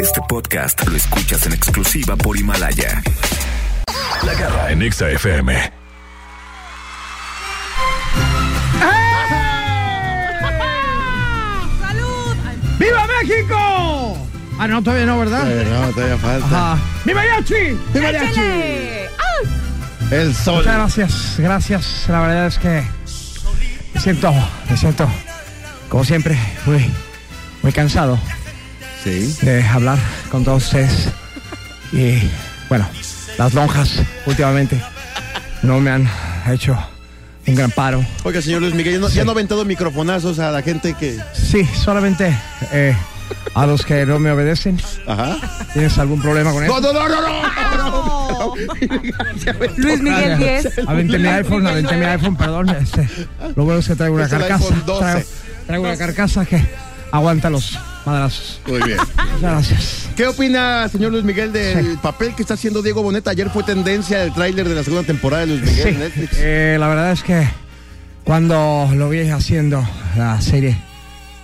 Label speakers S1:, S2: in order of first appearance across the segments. S1: Este podcast lo escuchas en exclusiva por Himalaya. La garra en Exa FM.
S2: ¡Salud!
S3: ¡Viva México! Ah, no, todavía no, ¿verdad? Ah.
S4: No, todavía falta.
S3: Ajá. ¡Mi mariachi! ¡Mi mariachi!
S2: ¡Échale! ¡Ay!
S4: El sol.
S3: Muchas gracias, gracias. La verdad es que me siento, me siento, como siempre, muy, muy cansado
S4: Sí.
S3: de hablar con todos ustedes. Y bueno, las lonjas últimamente no me han hecho un gran paro.
S4: Oiga, señor Luis Miguel, ¿ya no, ya no ha aventado microfonazos a la gente que.
S3: Sí, solamente eh, a los que no me obedecen.
S4: Ajá.
S3: ¿Tienes algún problema con eso?
S4: No, no, no, no, no.
S2: Oh. Luis Miguel 10.
S3: Aventé mi iPhone, aventé mi iPhone, perdón. Este, lo bueno es que traigo una
S4: Es el
S3: carcasa.
S4: iPhone 12.
S3: Traigo, traigo una carcasa que aguanta los madrazos.
S4: Muy bien.
S3: Muchas gracias.
S4: ¿Qué opina, señor Luis Miguel, del papel que está haciendo Diego Boneta? Ayer fue tendencia el tráiler de la segunda temporada de Luis Miguel
S3: Sí,
S4: en Netflix.
S3: eh, la verdad es que cuando lo vi haciendo la serie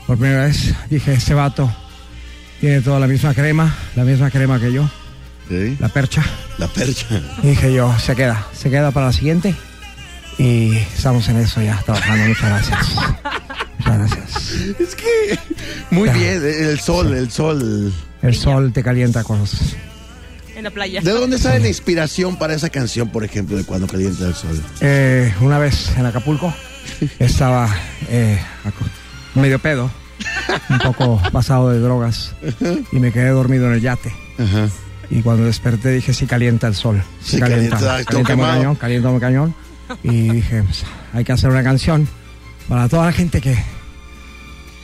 S3: por primera vez, dije, este vato tiene toda la misma crema, la misma crema que yo,
S4: Sí.
S3: la percha.
S4: La percha.
S3: Y dije yo, se queda, se queda para la siguiente. Y estamos en eso ya, trabajando. Muchas gracias. Muchas gracias.
S4: Es que. Muy
S3: Ya.
S4: bien, el sol, el sol.
S3: El sol te calienta cosas.
S2: En la playa.
S4: ¿De dónde sale la inspiración para esa canción, por ejemplo, de Cuando Calienta el Sol?
S3: Eh, una vez en Acapulco estaba eh, aco- medio pedo, un poco pasado de drogas y me quedé dormido en el yate.
S4: Ajá.
S3: Y cuando desperté dije, sí calienta el sol. Sí,
S4: Sí,
S3: calienta.
S4: calienta, todo
S3: Calienta muy
S4: quemado.
S3: cañón, calienta muy cañón. Y dije, pues, hay que hacer una canción para toda la gente que,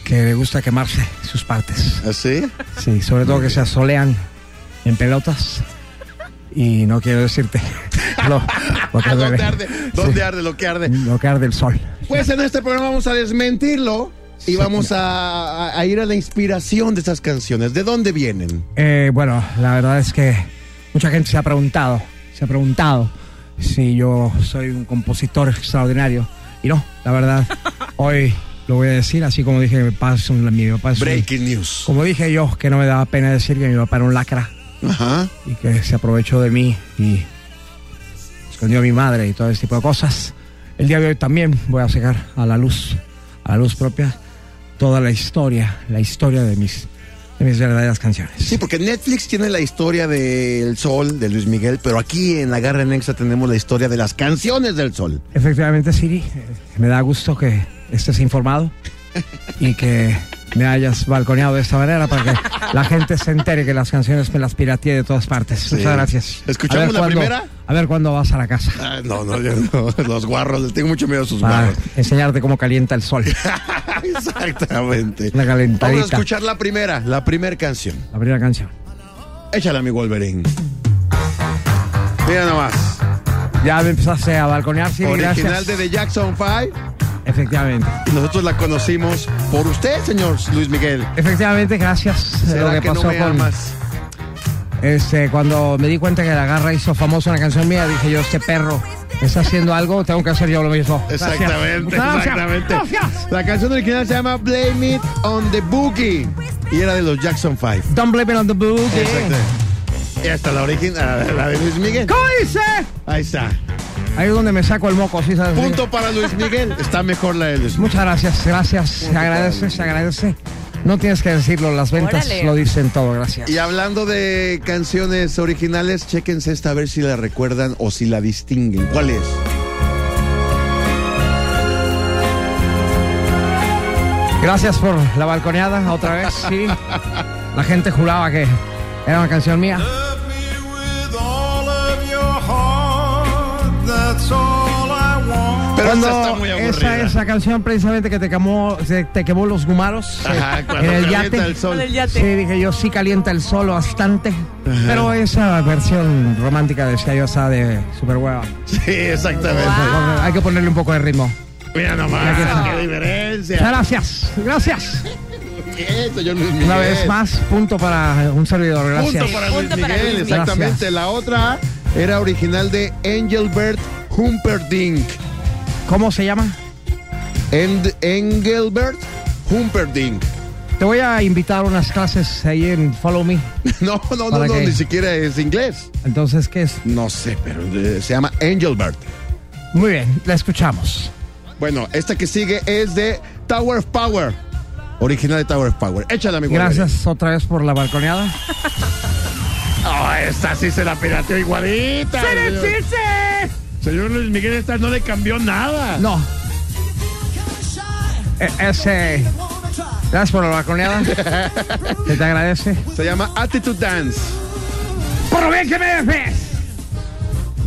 S3: que le gusta quemarse sus partes.
S4: ¿Así?
S3: Sí, sobre todo que se asolean en pelotas. Y no quiero decirte lo, lo que
S4: ¿Dónde
S3: duele.
S4: arde? ¿Dónde
S3: Sí.
S4: arde? Lo que arde.
S3: Lo que arde el sol.
S4: Pues en este programa vamos a desmentirlo y
S3: Sí,
S4: vamos a, a- a ir a la inspiración de estas canciones. ¿De dónde vienen?
S3: Eh, bueno, la verdad es que mucha gente se ha preguntado, se ha preguntado si yo soy un compositor extraordinario. Y no, la verdad, hoy lo voy a decir, así como dije que mi papá es un, mi papá es un-
S4: news.
S3: Como dije yo, que no me daba pena decir que mi papá era un lacra
S4: Ajá.
S3: y que se aprovechó de mí y escondió a mi madre y todo ese tipo de cosas. El día de hoy también voy a sacar a la luz, a la luz propia, toda la historia, la historia de mis, de mis verdaderas canciones.
S4: Sí, porque Netflix tiene la historia del sol de Luis Miguel, pero aquí en Agarra Nexa tenemos la historia de las canciones del sol.
S3: Efectivamente, Siri, eh, me da gusto que estés informado y que me hayas balconeado de esta manera para que la gente se entere que las canciones me las pirateé de todas partes. Muchas gracias.
S4: ¿Escuchamos
S3: A ver
S4: la
S3: cuándo-
S4: primera?
S3: A ver cuándo vas a la casa
S4: Ah, no, no, yo no. Los guarros, les tengo mucho miedo a sus
S3: para
S4: guarros.
S3: enseñarte cómo calienta el sol.
S4: Exactamente.
S3: Una
S4: Vamos a
S3: calentadita.
S4: escuchar la primera, la primera canción.
S3: La primera canción.
S4: Échala, mi Wolverine. Mira nomás.
S3: Ya me empezaste a balconear, Siri.
S4: Original
S3: gracias.
S4: de The Jackson 5.
S3: Efectivamente.
S4: Y nosotros la conocimos por usted, señor Luis Miguel.
S3: Efectivamente, gracias. de Lo
S4: ¿Será
S3: que,
S4: que, no
S3: pasó
S4: me
S3: con.
S4: amas?
S3: Este, cuando me di cuenta que la garra hizo famosa una canción mía, dije yo, este perro está haciendo algo, tengo que hacer yo lo mismo. Gracias.
S4: Exactamente,
S3: Gracias,
S4: exactamente.
S3: gracias.
S4: La canción original se llama Blame It on the Boogie. Y era de los Jackson 5.
S3: Don't blame it on the book.
S4: Exacto. Y hasta la original, la de Luis Miguel.
S3: ¿Cómo dice?
S4: Ahí está.
S3: Ahí es donde me saco el moco, ¿sí sabes?
S4: Punto para Luis Miguel. Está mejor la de Luis Miguel.
S3: Muchas gracias, gracias. Se agradece, se agradece. No tienes que decirlo, las ventas
S2: Órale.
S3: lo dicen todo, gracias.
S4: Y hablando de canciones originales, chéquense esta a ver si la recuerdan o si la distinguen. ¿Cuál es?
S3: Gracias por la balconeada otra vez, sí. La gente juraba que era una canción mía.
S5: Love me with all of your heart. That's all I want.
S4: Pero
S3: Cuando
S4: esta está muy aburrida.
S3: esa es la canción precisamente que te quemó, se- te quemó los gumaros
S4: Ajá,
S3: eh, en
S4: cuando
S3: el
S4: calienta
S3: yate.
S4: el sol.
S2: Con el yate.
S3: Sí, dije yo, sí calienta el sol bastante. Pero esa versión romántica de Shia Yosa de Super
S4: Sí, exactamente.
S3: Hay que ponerle un poco de ritmo.
S4: Mira
S3: Aquí está.
S4: nomás, qué diferencia.
S3: Gracias, gracias.
S4: Bien, señor Luis Miguel.
S3: Una vez más, punto para un servidor, gracias.
S4: Punto para Luis
S2: Punto
S4: Miguel,
S2: para Luis Miguel.
S4: exactamente.
S3: Gracias.
S4: La otra era original de Engelbert Humperdinck.
S3: ¿Cómo se llama?
S4: End- Engelbert Humperdinck.
S3: Te voy a invitar a unas clases ahí en Follow Me.
S4: No, no, no,
S3: ¿Para
S4: no,
S3: qué?
S4: ni siquiera es inglés.
S3: Entonces, ¿qué es?
S4: No sé, pero eh, se llama Angelbert.
S3: Muy bien, la escuchamos.
S4: Bueno, esta que sigue es de Tower of Power. Original de Tower of Power. Échala, amigo.
S3: Gracias otra vez por la balconeada.
S4: Ah, esta sí se la pirateó igualita. Señor, Señor Luis Miguel, esta no le cambió nada.
S3: No. E- ese. Gracias por la balconeada. Se te agradece.
S4: Se llama Attitude Dance.
S3: Por lo bien que me ves.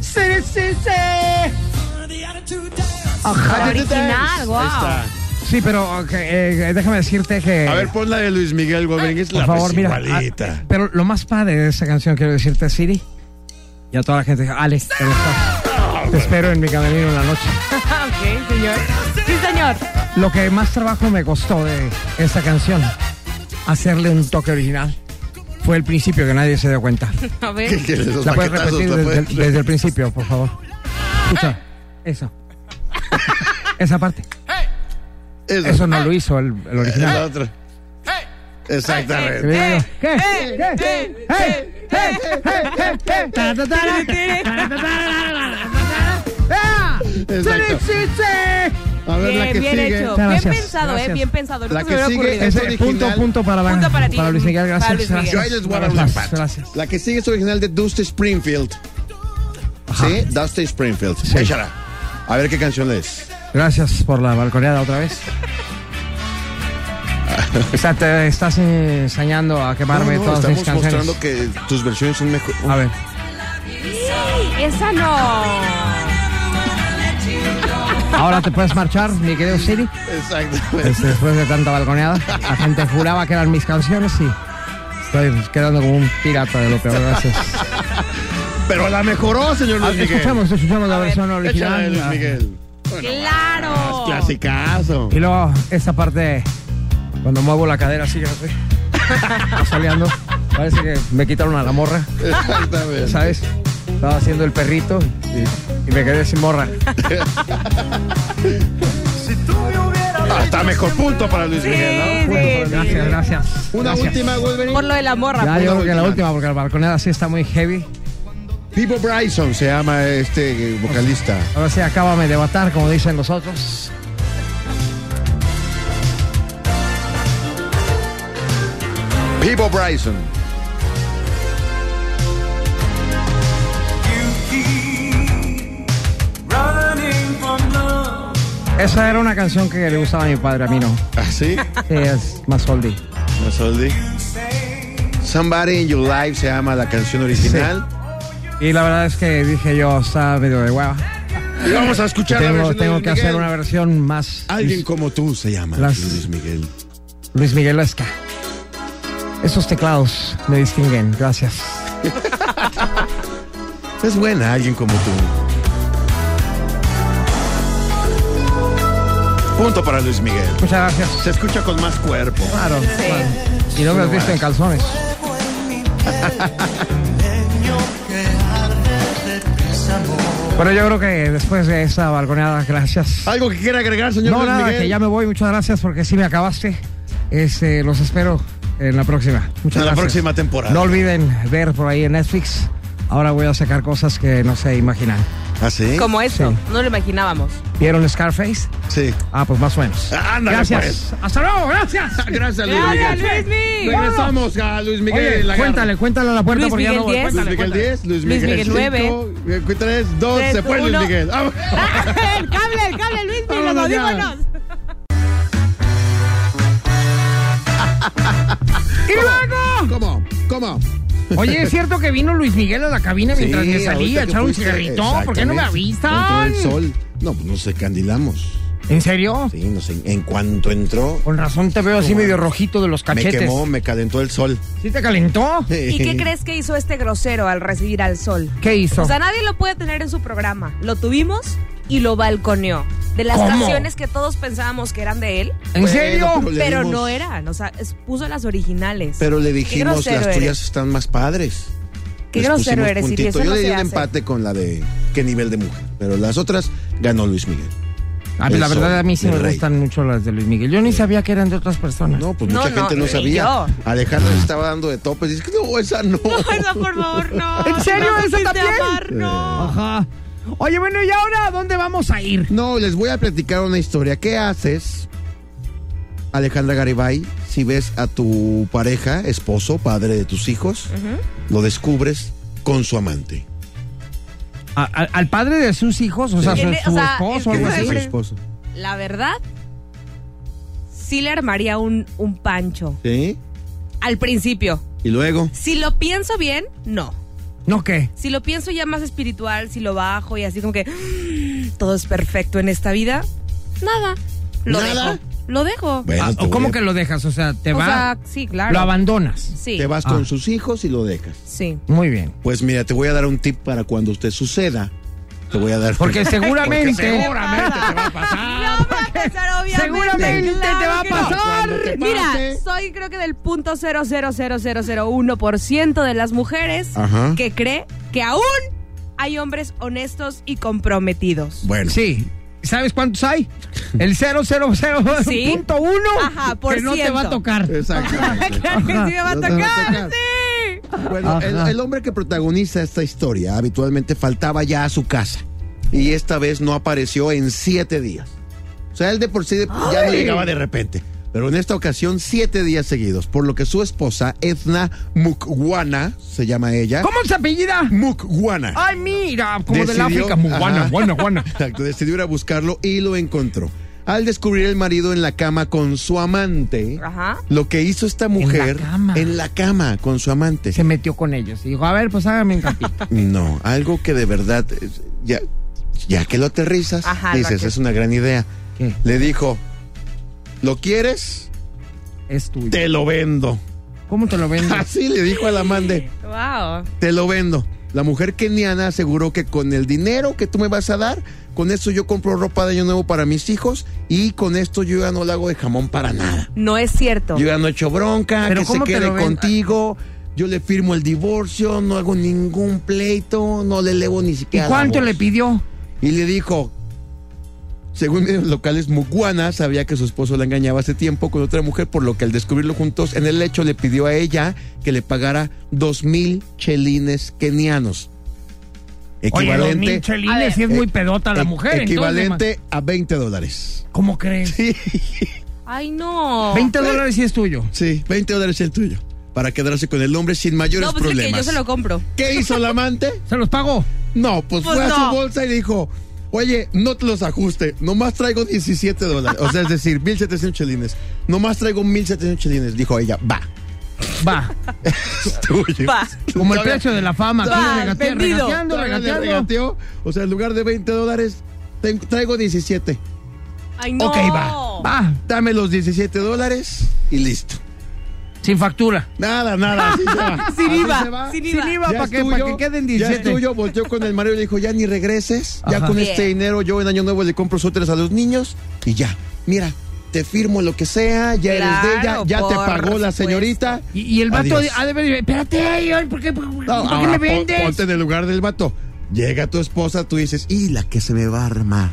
S3: Sí, sí, sí.
S4: Attitude Dance.
S2: Original, wow.
S4: Ahí está.
S3: Sí, pero ok, eh, déjame decirte que.
S4: A ver, pon la de Luis Miguel Godínez,
S3: por
S4: la
S3: favor,
S4: ves
S3: mira. ah,
S4: igualita.
S3: pero lo más padre de esa canción, quiero decirte, Siri. Y a toda la gente, Ale, ¿cómo estás? Te espero en mi camerino en la noche.
S2: Ah, ok, señor. Sí, señor.
S3: Lo que más trabajo me costó de esta canción, hacerle un toque original, fue el principio que nadie se dio cuenta.
S2: A ver.
S4: ¿Qué quieres? Los
S3: ¿La puedes
S4: paquetazos,
S3: repetir
S4: la
S3: desde,
S4: puedes-
S3: el- desde el principio, por favor? Escucha, eso. Esa parte.
S4: Eso.
S3: Eso no lo hizo el, el
S4: La
S3: original.
S4: otra.
S3: Te
S4: Exactamente.
S3: digo yo, ¿Qué? ¿Qué? ¡Hey! ¡Hey! ¡Hey! ¡Hey! ¡Hey! Ta, ta, ta, ra, ta, ta, ta, ra, ra, ra, ra, ra.
S4: Exacto.
S3: Sí, sí, sí.
S4: A ver, la
S2: Bien,
S4: que
S2: bien
S4: sigue.
S2: hecho.
S3: Gracias,
S2: bien pensado, eh.
S3: gracias.
S2: Bien pensado.
S4: La
S2: Nunca
S4: que
S2: se me hubiera
S4: sigue
S2: ocurrido.
S4: es-
S3: Ese
S4: original.
S3: punto, punto para,
S2: Punto para ti.
S3: Luis Miguel, gracias.
S2: Para Luis Miguel.
S4: Yo ahí
S3: gracias.
S4: les voy a dar una
S3: gracias,
S4: pata.
S3: gracias.
S4: La que sigue es original de Dusty Springfield. ¿Sí? Dusty Springfield. Échala. A ver qué canción es.
S3: Gracias por la balconeada otra vez. O sea, te estás ensañando a quemarme
S4: No, no,
S3: todas mis
S4: estamos
S3: canciones.
S4: mostrando que tus versiones son mejor.
S3: A ver,
S2: Esa no.
S3: ahora te puedes marchar, mi querido Siri.
S4: Exacto.
S3: Este, después de tanta balconeada, la gente juraba que eran mis canciones y estoy quedando como un pirata de lo peor. Gracias.
S4: Pero la mejoró, señor Luis Miguel.
S3: Ah, Escuchamos, escuchamos la
S2: A ver,
S3: versión
S4: Échala de
S3: original.
S4: Luis
S3: la- Oh.
S4: Miguel.
S2: Claro.
S4: Clasicazo.
S3: Y luego esta parte, cuando muevo la cadera así, ya sé, saliendo, parece que me quitaron a la morra,
S4: Exactamente.
S3: ¿sabes? Estaba haciendo el perrito y, y me quedé sin morra.
S4: Hasta mejor punto para Luis
S2: Sí,
S4: Miguel,
S2: sí,
S4: ¿no?
S2: sí.
S3: Gracias, gracias.
S4: Una
S3: gracias.
S4: última, Wolverine.
S2: Por lo de la morra.
S3: Ya
S2: pues.
S3: yo creo que la
S4: última.
S3: última, porque la balconera sí está muy heavy.
S4: Pipo Bryson se llama este eh, vocalista.
S3: Ahora sí, acábame de matar, como dicen los otros.
S4: Pipo Bryson.
S3: Esa era una canción que le gustaba a mi padre, a mí no.
S4: ¿Ah, sí?
S3: Sí, es más oldie.
S4: No soldi. Somebody in Your Life se llama la canción original.
S3: Y la verdad es que dije yo, está medio de hueva.
S4: Y vamos a escuchar la
S3: Tengo,
S4: versión de
S3: tengo
S4: Luis
S3: que
S4: Miguel.
S3: hacer una versión más
S4: Alguien como tú se llama
S3: Las-
S4: Luis Miguel.
S3: Luis Miguel Esca. Esos teclados me distinguen, gracias.
S4: Es buena, alguien como tú. Punto para Luis Miguel.
S3: Muchas gracias.
S4: Se escucha con más cuerpo.
S3: Claro. claro. Y no me has visto en calzones. Bueno, yo creo que después de esa balconeada, gracias.
S4: ¿Algo que quiera agregar, señor
S3: No,
S4: Luis
S3: nada,
S4: Miguel?
S3: que ya me voy. Muchas gracias porque sí me acabaste. Este, los espero en la próxima. Muchas
S4: En la
S3: gracias.
S4: próxima temporada.
S3: No olviden ver por ahí en Netflix. Ahora voy a sacar cosas que no se imaginan.
S4: ¿Ah, sí?
S2: Como eso.
S3: Sí.
S2: No lo imaginábamos.
S3: ¿Vieron Scarface?
S4: Sí.
S3: Ah, pues más o menos.
S4: Ándale, pues.
S3: gracias. Hasta luego, gracias.
S4: Gracias, Luis
S2: Gracias,
S4: Miguel.
S2: Luismi.
S4: Regresamos a Luis Miguel.
S3: Oye,
S4: la garra.
S3: cuéntale, cuéntale a la puerta
S2: Luis
S3: porque ya no
S2: Miguel
S3: voy.
S4: Luis
S2: 10.
S3: Cuéntale,
S4: Miguel
S3: cuéntale.
S4: 10, Luis
S2: Luis
S4: Miguel, eh,
S2: Miguel nueve.
S4: 9. 3, 2,
S2: Tres,
S4: se fue
S2: uno.
S4: Luis Miguel. Ah, ¡Vamos!
S2: el cable, el cable, Luismi, los
S4: Vámonos ya.
S2: audífonos.
S3: ¡Y luego!
S4: ¿Cómo? ¿Cómo?
S3: Oye, ¿es cierto que vino Luis Miguel a la cabina mientras
S4: Sí,
S3: me salía
S4: ahorita
S3: a
S4: que
S3: echar un
S4: fuiste,
S3: cigarrito? ¿Por qué no me
S4: exactamente.
S3: avisan?
S4: Entró el sol. No, pues nos candilamos.
S3: ¿En serio?
S4: Sí, no sé. En cuanto entró,
S3: Con razón te veo así medio rojito de los
S4: me
S3: cachetes.
S4: quemó, me calentó el sol.
S3: ¿Sí te calentó?
S2: ¿Y qué crees que hizo este grosero al recibir al sol?
S3: ¿Qué hizo?
S2: O sea, nadie lo puede tener en su programa. Lo tuvimos y lo balconeó. De las
S3: ¿Cómo?
S2: canciones que todos pensábamos que eran de él,
S3: ¿En serio?
S4: Bueno, Eh, le
S2: pero
S4: dimos-
S2: no eran. O sea, es- puso las originales.
S4: Pero le dijimos,
S2: grosero
S4: las tuyas
S2: eres.
S4: están más padres.
S2: Qué
S4: Les
S2: grosero
S4: pusimos
S2: eres, Siri,
S4: puntito.
S2: eso
S4: Yo
S2: no
S4: le di
S2: se
S4: un
S2: hace.
S4: empate con la de qué nivel de mujer. Pero las otras ganó Luis Miguel.
S3: A mí, Ah, pues la
S4: El
S3: verdad, a mí sí
S4: Sol,
S3: me
S4: el rey.
S3: gustan mucho las de Luis Miguel. Yo ni sabía que eran de otras personas.
S4: No, pues
S2: No,
S4: mucha
S2: no,
S4: gente no
S2: ni
S4: sabía.
S2: yo.
S4: Alejandro se estaba dando de topes. Dice que no, esa no.
S2: No, no, por favor, no.
S3: ¿En serio?
S2: No,
S3: ¿Eso
S2: supiste
S3: también?
S2: amar, no.
S3: Ajá. Oye, bueno, ¿y ahora a dónde vamos a ir?
S4: No, les voy a platicar una historia. ¿Qué haces, Alejandra Garibay, si ves a tu pareja, esposo, padre de tus hijos, lo descubres con su amante?
S3: A- al- al padre de sus hijos, o sea,
S2: Sí.
S3: su,
S2: Él, o
S3: su
S2: sea,
S3: esposo,
S2: es que
S3: algo
S4: ¿Qué
S3: así.
S4: haces a su
S2: siempre-
S4: esposo?
S2: La verdad, sí le armaría un, un pancho.
S4: ¿Sí?
S2: Al principio.
S4: Y luego,
S2: Si lo pienso bien, no.
S3: ¿No qué?
S2: Si lo pienso ya más espiritual, si lo bajo y así como que "Mm, todo es perfecto en esta vida, nada. Lo
S4: ¿Nada?
S2: dejo. Lo dejo.
S4: bueno,
S3: Ah,
S4: te
S3: ¿O
S4: voy
S3: cómo
S4: a-
S3: que lo dejas? O sea, te
S2: o
S3: va,
S2: sea, sí, claro.
S3: lo abandonas.
S2: Sí.
S4: te vas
S3: Ah.
S4: con sus hijos y lo dejas.
S2: Sí.
S3: Muy bien.
S4: Pues mira, te voy a dar un tip para cuando usted suceda. Te voy a dar
S3: Porque seguramente,
S6: Seguramente te va a pasar.
S2: No va a pasar, obviamente.
S3: Seguramente te
S2: claro
S3: va a
S2: que no.
S3: pasar.
S4: Cuando te
S2: Mira,
S4: pase.
S2: soy creo que del punto 0.00001% de las mujeres
S4: Ajá.
S2: que cree que aún hay hombres honestos y comprometidos.
S4: Bueno,
S3: Sí. ¿Sabes cuántos hay? El 0001.1
S2: Sí. Ajá, por
S3: que no te
S2: ciento.
S3: va a tocar.
S4: exactamente.
S2: Claro que sí me va a
S4: No te va a
S2: tocar,
S4: tocar.
S2: sí.
S4: Bueno, el,
S3: Ah, Ajá.
S4: el hombre que protagoniza esta historia habitualmente faltaba ya a su casa. Y esta vez no apareció en siete días. O sea, él de por sí de- ya no llegaba de repente. Pero en esta ocasión, siete días seguidos. Por lo que su esposa, Edna Mukwana, se llama ella.
S3: ¿Cómo se apellida?
S4: Mukwana.
S3: Ay, mira, como del
S4: Decidió-
S3: África.
S4: Ajá.
S3: Guana, guana, guana.
S4: Exacto, decidió ir a buscarlo y lo encontró. Al descubrir el marido en la cama con su amante,
S2: Ajá.
S4: lo que hizo esta
S3: la
S4: mujer
S3: cama.
S4: en la cama con su amante.
S3: Se metió con ellos y dijo, a ver, pues hágame un capítulo.
S4: No, algo que de verdad, eh, ya, ya que lo aterrizas,
S2: Ajá, lo
S4: dices,
S2: que-
S4: es una gran idea.
S3: ¿Qué?
S4: Le dijo, ¿lo quieres?
S3: Es tuyo.
S4: Te lo vendo.
S3: ¿Cómo te lo vendo?
S4: Así le dijo al amante,
S2: Wow.
S4: te lo vendo. La mujer keniana aseguró que con el dinero que tú me vas a dar, con eso yo compro ropa de año nuevo para mis hijos y con esto yo ya no le hago de jamón para nada.
S2: No es cierto.
S4: Yo ya no echo bronca,
S3: Pero
S4: que se
S3: ¿cómo te
S4: quede
S3: lo ven?
S4: contigo. Yo le firmo el divorcio, no hago ningún pleito, no le elevo ni
S3: ¿Y
S4: siquiera. la
S3: cuánto
S4: voz".
S3: le pidió?
S4: y le dijo, según medios locales, Muguana sabía que su esposo la engañaba hace tiempo con otra mujer, por lo que al descubrirlo juntos en el lecho le pidió a ella que le pagara dos mil chelines kenianos.
S3: Oye, los
S4: Equivalente,
S3: mil chelines, si es muy pedota la
S4: e-
S3: mujer. entonces,
S4: equivalente a 20 dólares.
S3: ¿Cómo crees?
S4: Sí,
S2: Ay, no.
S3: 20 dólares si es tuyo.
S4: sí, 20 dólares el tuyo. Para quedarse con el hombre sin mayores
S2: No, pues es que yo
S4: problemas.
S2: se lo compro.
S4: ¿Qué hizo la amante?
S3: Se los pago.
S4: No, pues,
S2: Pues
S4: fue a
S2: no.
S4: su bolsa y dijo, oye, no te los ajuste, nomás traigo 17 dólares, o sea, es decir, 1.700 chelines, nomás traigo 1.700 chelines, dijo ella, va.
S3: Va.
S4: es tuyo".
S2: Va.
S3: Como el
S4: Todavía-
S3: precio de la fama. aquí
S2: Va,
S3: regatea-
S2: vendido.
S3: regateando,
S4: todavía le
S3: regateando.
S4: regateó, o sea, en lugar de 20 dólares, ten- traigo 17.
S2: Ay, no.
S4: Ok, va,
S3: Va.
S4: Dame los 17 dólares y listo.
S3: Sin factura.
S4: Nada, nada, así se va.
S2: Sin
S4: Así
S2: IVA,
S4: se va.
S2: sin
S3: Sin IVA,
S4: Ya
S3: para
S4: es
S3: que,
S4: tuyo,
S3: pa' que queden
S4: Ya es
S3: 17.
S4: tuyo, volteó con el marido y le dijo, ya ni regreses, ya
S3: Ajá.
S4: con
S2: Bien.
S4: este dinero yo en Año Nuevo le compro suéteres a los niños y ya, mira, te firmo lo que sea, ya eres de ella,
S2: Claro,
S4: ya te
S2: por
S4: pagó la
S2: supuesto.
S4: señorita.
S3: Y, y el vato
S4: Adiós.
S3: ha de ver, espérate, ay, ay, ¿por qué, por, por
S4: No,
S3: qué
S4: ahora
S3: me
S4: pon-
S3: vendes?
S4: Ponte en el lugar del vato. Llega tu esposa, tú dices, y la que se me va a armar.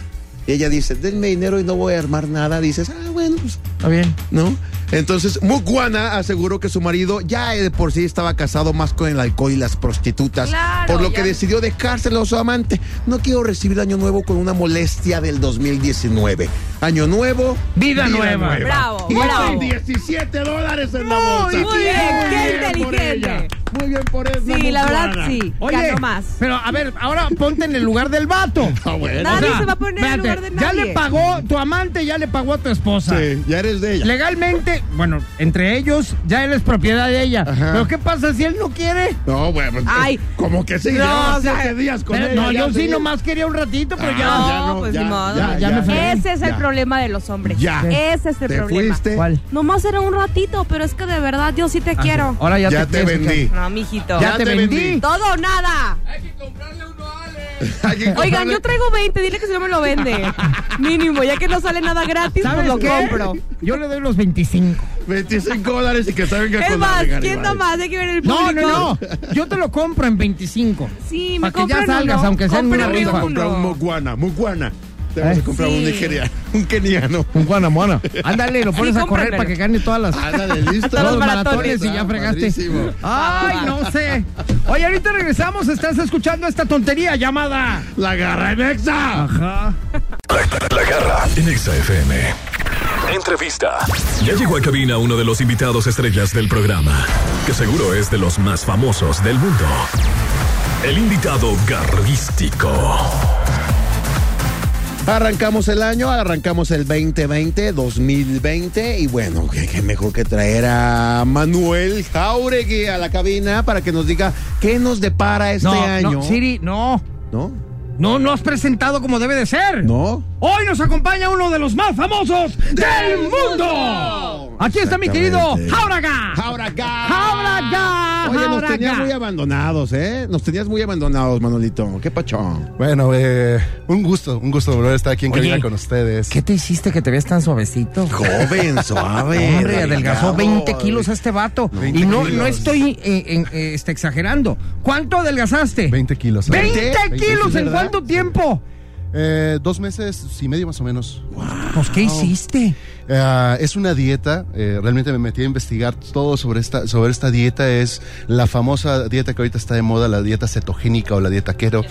S4: Y ella dice, denme dinero y no voy a armar nada. Dices, ah, bueno, pues
S3: Está bien.
S4: ¿no? Entonces, Mukwana aseguró que su marido ya de por sí estaba casado más con el alcohol y las prostitutas,
S2: Claro,
S4: por lo
S2: ya.
S4: que decidió dejárselo a su amante. No quiero recibir año nuevo con una molestia del 2019. Año nuevo,
S3: Vida nueva.
S2: Bravo,
S4: Y
S2: bravo.
S6: 17 dólares en la
S2: Muy
S6: bolsa.
S2: bien, qué
S6: por
S2: inteligente.
S6: ella. Muy bien por eso.
S2: Sí, la verdad, sí.
S3: Oye,
S2: Ganó más.
S3: pero a ver, ahora ponte en el lugar del vato.
S4: Ah, bueno.
S2: Nadie
S3: O sea,
S2: se va a poner en el lugar
S3: espérate,
S2: de
S3: Ya
S2: nadie.
S3: le pagó, tu amante ya le pagó a tu esposa.
S4: Sí, ya eres de ella.
S3: Legalmente, bueno, entre ellos ya él es propiedad de ella.
S4: Ajá.
S3: Pero ¿qué pasa si él no quiere?
S4: No, bueno. pues,
S2: Ay.
S4: Como que sí,
S2: No,
S4: llevaba
S2: o sea,
S4: siete días con
S3: Pero,
S4: ella.
S3: Eh, no,
S4: ya
S3: yo
S4: te
S3: sí
S4: digo.
S3: nomás quería un ratito, pero ya.
S4: Ah, ya no,
S2: pues
S4: ya,
S2: ni modo.
S4: ya,
S3: ya me fregué.
S2: Ese es el
S4: Ya.
S2: problema de los hombres.
S4: Ya.
S2: Ese es el
S4: Te
S2: problema.
S4: fuiste.
S3: ¿Cuál?
S2: Nomás era un ratito, pero es que de verdad yo sí te quiero.
S3: Ahora ya,
S4: Ya te
S3: tienes que-
S4: vendí.
S2: No, mijito.
S3: Ah, Ya, te
S4: te
S3: vendí.
S4: vendí.
S2: Todo o nada.
S4: Hay que
S2: Oigan,
S4: comprarle-
S2: yo traigo 20, dile que si no me lo vende. Mínimo, ya que no sale nada gratis, pues
S3: ¿Sabes
S2: lo
S3: qué?
S2: compro.
S3: Yo le doy los 25.
S4: 25 dólares y que salga
S2: Es
S4: con la
S2: más,
S4: de
S2: ¿quién
S4: Garibaldi.
S2: nomás? Hay que ver el
S3: No,
S2: público.
S3: no, no. Yo te lo compro en 25.
S2: Sí, me
S3: Para que ya
S2: compran
S3: salgas,
S2: uno.
S3: aunque sea en una
S2: Cómprenme
S4: Vamos a
S3: rifa.
S4: comprar un
S2: uno.
S4: moguana, moguana. Debemos
S7: ¿Eh?
S4: de comprar un
S2: Sí.
S4: nigeriano, un keniano.
S7: Un guanamuana. Ándale, lo pones a correr
S2: cómpramelo.
S7: para que gane todas las.
S4: Ándale, listo.
S7: todos los maratones
S4: Ah, maratones.
S7: y ya
S4: Ah,
S7: fregaste.
S4: padrísimo.
S7: Ay, no sé. Oye, ahorita regresamos. Estás escuchando esta tontería llamada.
S8: La garra en Exa.
S7: Ajá.
S1: La garra en Exa FM. Entrevista. Ya llegó a cabina uno de los invitados estrellas del programa, que seguro es de los más famosos del mundo. El invitado garrístico.
S4: Arrancamos el año, arrancamos el 2020, 2020 y bueno, qué, qué mejor que traer a Manuel Jauregui a la cabina para que nos diga qué nos depara este
S7: no,
S4: año.
S7: no, Siri, no.
S4: ¿No?
S7: No, no has presentado como debe de ser.
S4: ¿No?
S7: Hoy nos acompaña uno de los más famosos del mundo. Aquí está mi querido
S4: Exactamente.
S7: Jauraga.
S4: ¡Jauraga!
S7: Jauraga,
S4: Oye, nos tenías
S7: Jauraga.
S4: muy abandonados, ¿eh? Nos tenías muy abandonados, Manolito. ¡Qué pachón!
S9: Bueno, eh, un gusto, un gusto volver a estar aquí en
S7: Oye,
S9: cabina con ustedes.
S3: ¿Qué te hiciste que te veas tan suavecito?
S4: Joven, suave.
S3: Hombre, adelgazó 20 kilos este vato. Y no, no
S9: kilos.
S3: estoy eh, en- eh, este, exagerando. ¿Cuánto adelgazaste?
S9: 20 kilos. ¿eh?
S3: 20 kilos en
S9: ¿verdad?
S3: cuánto tiempo?
S9: Eh, dos meses y medio más o menos.
S3: Pues, ¿qué hiciste?
S9: Eh, es una dieta, eh, realmente me metí a investigar todo sobre esta, sobre esta dieta. Es la famosa dieta que ahorita está de moda, la dieta cetogénica o la dieta keto.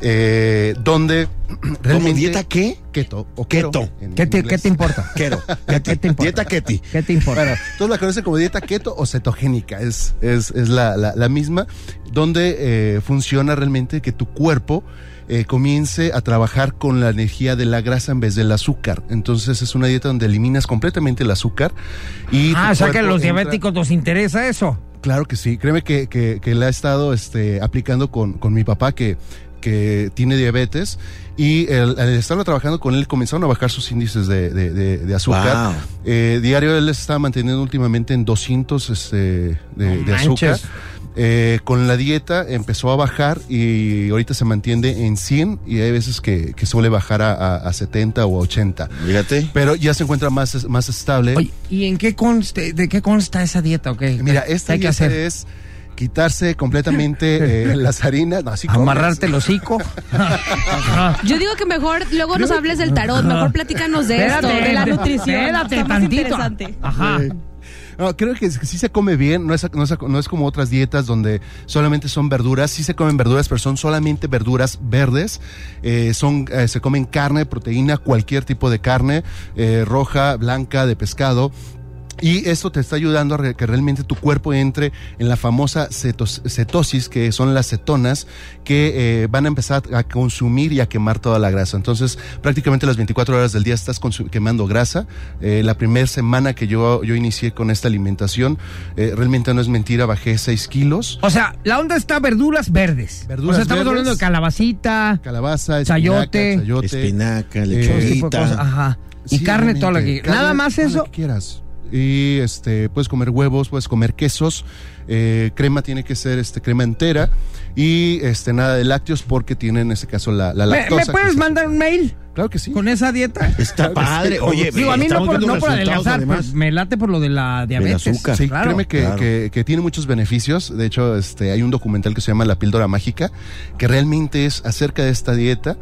S9: eh, donde
S4: ¿Cómo
S9: realmente...
S4: dieta qué?
S9: keto o
S4: Keto.
S9: en
S3: ¿Qué te,
S9: inglés.
S3: qué te importa?
S4: Quero.
S3: ¿Qué te importa?
S4: Dieta Ketty.
S3: ¿Qué te importa?
S9: Bueno, todos la conocen como dieta keto o cetogénica, es, es, es la, la- la misma, donde eh, funciona realmente que tu cuerpo eh, comience a trabajar con la energía de la grasa en vez del azúcar. Entonces es una dieta donde eliminas completamente el azúcar y...
S3: ah,
S9: tu
S3: o sea que a
S9: cuerpo
S3: los
S9: entra-
S3: diabéticos nos interesa eso.
S9: Claro que sí, créeme que, que, que la he estado este, aplicando con, con mi papá que, que tiene diabetes y el- al estarlo trabajando con él comenzaron a bajar sus índices de, de- de- de azúcar.
S4: Wow.
S9: Eh, diario él se estaba manteniendo últimamente en 200 este, de, de
S3: manches.
S9: azúcar. Eh, con la dieta empezó a bajar y ahorita se mantiene en 100 y hay veces que, que suele bajar a, a- a 70 o a 80.
S4: Fíjate.
S9: Pero ya se encuentra más, más estable.
S3: Oye, ¿y en qué conste, de qué consta esa dieta? o qué?
S9: Mira,
S3: ¿Qué
S9: esta
S3: hay que
S9: dieta
S3: hacer?
S9: es quitarse completamente eh, las harinas. No, así comes.
S3: ¿Amarrarte el hocico?
S2: Yo digo que mejor luego nos hables del tarot, mejor platícanos de esto, de la
S3: espérate,
S2: nutrición.
S3: espérate
S2: Está más
S3: tantito.
S2: interesante.
S3: Ajá.
S9: No, creo que sí se come bien, no es, no es- no es como otras dietas donde solamente son verduras, sí se comen verduras, pero son solamente verduras verdes, Eh, son, eh, se comen carne, proteína, cualquier tipo de carne, eh, roja, blanca, de pescado. Y esto te está ayudando a re- que realmente tu cuerpo entre en la famosa cetos- cetosis, que son las cetonas, que eh, van a empezar a consumir y a quemar toda la grasa. Entonces, prácticamente las 24 horas del día estás consu- quemando grasa. Eh, la primera semana que yo, yo inicié con esta alimentación, eh, realmente no es mentira, bajé 6 kilos.
S3: O sea, la onda está verduras verdes.
S9: Verduras
S3: o sea, estamos
S9: verdes.
S3: hablando de calabacita.
S9: Calabaza,
S3: Chayote.
S9: espinaca, chayote. eh,
S4: Espinaca,
S3: todo ese tipo de cosas.
S4: lechuguita.
S3: Ajá. Y
S9: Sí,
S3: carne, todo lo que
S9: realmente,
S3: Nada
S9: carne,
S3: más
S9: todo lo
S3: eso.
S9: que quieras. Y este, puedes comer huevos, puedes comer quesos, eh, crema tiene que ser este, crema entera y este, nada de lácteos porque tiene en este caso la, la
S3: ¿Me- ¿Me,
S9: lactosa. que
S3: puedes
S9: se-
S3: mandar un mail
S9: Claro que sí.
S3: con esa dieta?
S4: Está padre. Oye,
S3: Digo, a mí no
S4: estamos
S3: por,
S4: viendo
S3: no por
S4: resultados,
S3: adelgazar,
S4: además.
S3: pues, me late por lo de la diabetes.
S4: azúcar.
S9: Sí,
S3: claro.
S9: créeme que,
S4: claro.
S9: que- que tiene muchos beneficios. De hecho, este, hay un documental que se llama La píldora mágica, que realmente es acerca de esta dieta,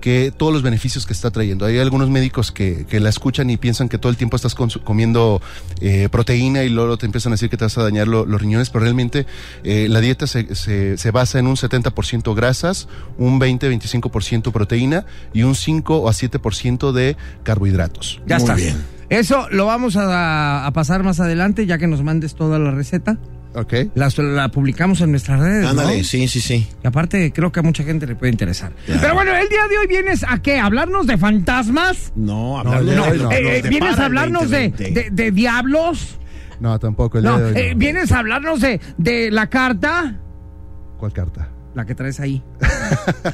S9: que todos los beneficios que está trayendo. Hay algunos médicos que, que la escuchan y piensan que todo el tiempo estás consu- comiendo eh, proteína y luego te empiezan a decir que te vas a dañar lo- los riñones, pero realmente eh, la dieta se, se- se basa en un 70% grasas, un 20-25% proteína y un 5 o a 7% de carbohidratos.
S3: Ya
S4: Muy
S3: está.
S4: bien.
S3: Eso lo vamos a, a pasar más adelante, ya que nos mandes toda la receta.
S9: ¿Ok?
S3: La, la publicamos en nuestras redes. ¿no?
S4: Ándale, sí, sí, sí.
S3: Y aparte, creo que a mucha gente le puede interesar. Pero bueno, el día de hoy vienes a qué? ¿A ¿Hablarnos de fantasmas?
S4: No, hablarnos
S9: no,
S4: de lo
S9: no,
S4: que
S3: Eh,
S4: nos
S3: eh,
S4: depara
S3: ¿Vienes
S4: el
S3: a hablarnos de,
S4: 2020.
S3: de- de diablos?
S9: No, tampoco. El
S3: No,
S9: día de hoy
S3: eh,
S9: no.
S3: ¿Vienes a hablarnos de, de la carta?
S9: ¿Cuál carta?
S3: La que traes ahí.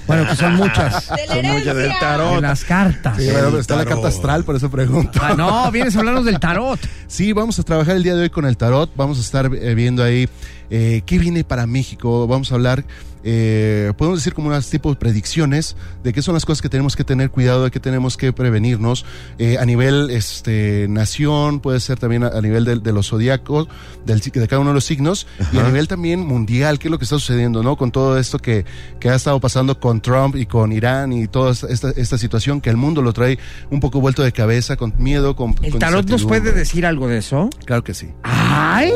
S3: bueno, que son muchas.
S2: De la
S4: Son muchas del
S2: herencia.
S3: De
S4: tarot.
S3: las cartas.
S9: Sí, bueno, pero está la carta astral, por eso pregunto.
S3: Ah, no, vienes a hablarnos del tarot.
S9: Sí, vamos a trabajar el día de hoy con el tarot. Vamos a estar eh, viendo ahí eh, qué viene para México. Vamos a hablar eh, podemos decir como unas tipo de predicciones de qué son las cosas que tenemos que tener cuidado, de qué tenemos que prevenirnos eh, a nivel este, nación, puede ser también a, a nivel de, de los zodiacos, del, de cada uno de los signos, y a nivel también mundial, qué es lo que está sucediendo, ¿no? Con todo esto que, que ha estado pasando con Trump y con Irán y toda esta, esta situación que el mundo lo trae un poco vuelto de cabeza, con miedo, con...
S3: ¿El
S9: con
S3: tarot nos
S9: incertidumbre.
S3: puede decir algo de eso?
S9: Claro que sí.
S3: ¡Ay!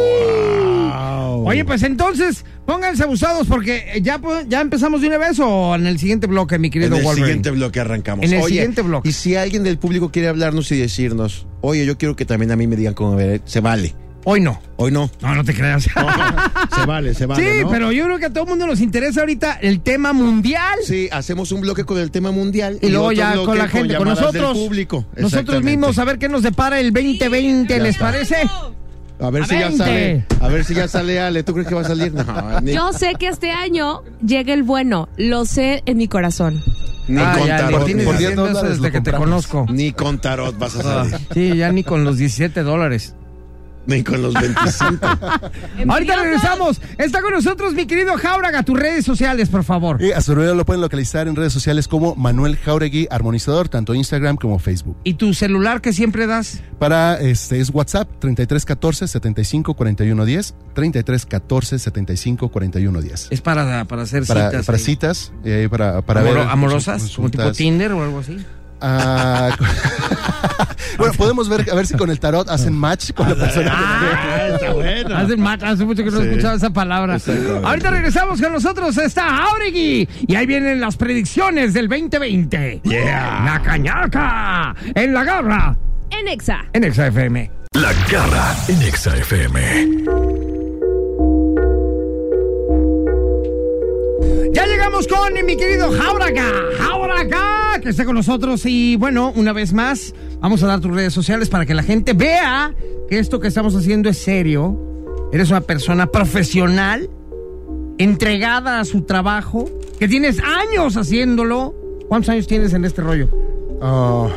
S3: Oye, pues entonces, pónganse abusados porque eh, ya, po- ya empezamos de una vez o en el siguiente bloque, mi
S4: En
S3: querido
S4: el
S3: Wolverine.
S4: siguiente bloque arrancamos.
S3: En el siguiente bloque.
S4: Y si alguien del público quiere hablarnos y decirnos, oye, yo quiero que también a mí me digan cómo ver, se vale.
S3: Hoy no.
S4: Hoy no.
S3: No, no te creas.
S4: Se vale, se vale.
S3: sí,
S4: ¿no?
S3: pero yo creo que a todo el mundo nos interesa ahorita el tema mundial.
S4: Sí, hacemos un bloque con el tema mundial
S3: Y luego
S4: otro
S3: ya con
S4: bloque
S3: la gente, con
S4: llamadas
S3: nosotros.
S4: del público.
S3: Nosotros
S4: Exactamente.
S3: mismos, a ver qué nos depara el 2020, ¿les parece?
S4: A ver si ya
S3: 20.
S4: sale. A ver si ya sale Ale. ¿Tú crees que va a salir? No, ni,
S2: Yo sé que este año llega el bueno, lo sé en mi corazón.
S4: ni
S3: Ah,
S4: con
S3: ya, ni-
S4: tarot.
S3: tienes
S9: por
S4: vas-
S9: diez
S3: 100 pesos
S9: dólares
S3: desde
S9: lo
S3: que te
S9: compramos.
S3: conozco.
S4: ni con tarot vas a
S3: Ah.
S4: salir.
S3: Sí, ya ni con los 17 dólares.
S4: Ni con los 25.
S3: Ahorita regresamos. Está con nosotros mi querido Jauraga, tus redes sociales, por favor.
S9: Y a su rueda lo pueden localizar en redes sociales como Manuel Jauregui Armonizador, tanto Instagram como Facebook.
S3: ¿Y tu celular que siempre das?
S9: Para este es WhatsApp 3314 75 41 10, 3314 75 41 10.
S3: Es para, para hacer
S9: Para
S3: citas.
S9: citas,
S3: ahí.
S9: para, citas, eh, para, para
S3: Amoro-
S9: ver
S3: amorosas,
S9: cons-
S3: como tipo
S9: consultas.
S3: Tinder o algo así.
S9: Ah, con- bueno, podemos ver a ver si con el tarot hacen match con la persona.
S8: Ah, está bueno.
S3: Hace, ma- hace mucho que no escuchaba esa palabra. Ahorita regresamos con nosotros. Está Auregui. Y ahí vienen las predicciones del 2020.
S8: Yeah.
S3: La cañaca. En la garra.
S2: En Exa.
S3: En XFM.
S1: La garra en Exa FM.
S3: Ya llegamos con mi querido Jauraga. Jauraga, que está con nosotros. Y bueno, una vez más, vamos a dar tus redes sociales para que la gente vea que esto que estamos haciendo es serio. Eres una persona profesional, entregada a su trabajo, que tienes años haciéndolo. ¿Cuántos años tienes en este rollo?
S9: Ah,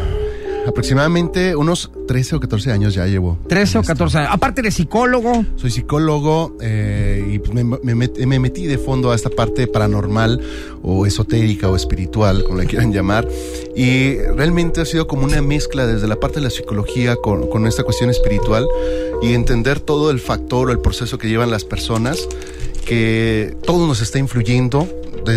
S9: aproximadamente unos 13 o 14 años ya llevo. este
S3: 13 o 14 años. Aparte de psicólogo.
S9: Soy psicólogo eh, y pues, me, me met- me metí de fondo a esta parte paranormal o esotérica o espiritual, como la quieran llamar. Y realmente ha sido como una mezcla desde la parte de la psicología con, con esta cuestión espiritual y entender todo el factor o el proceso que llevan las personas, que todo nos está influyendo.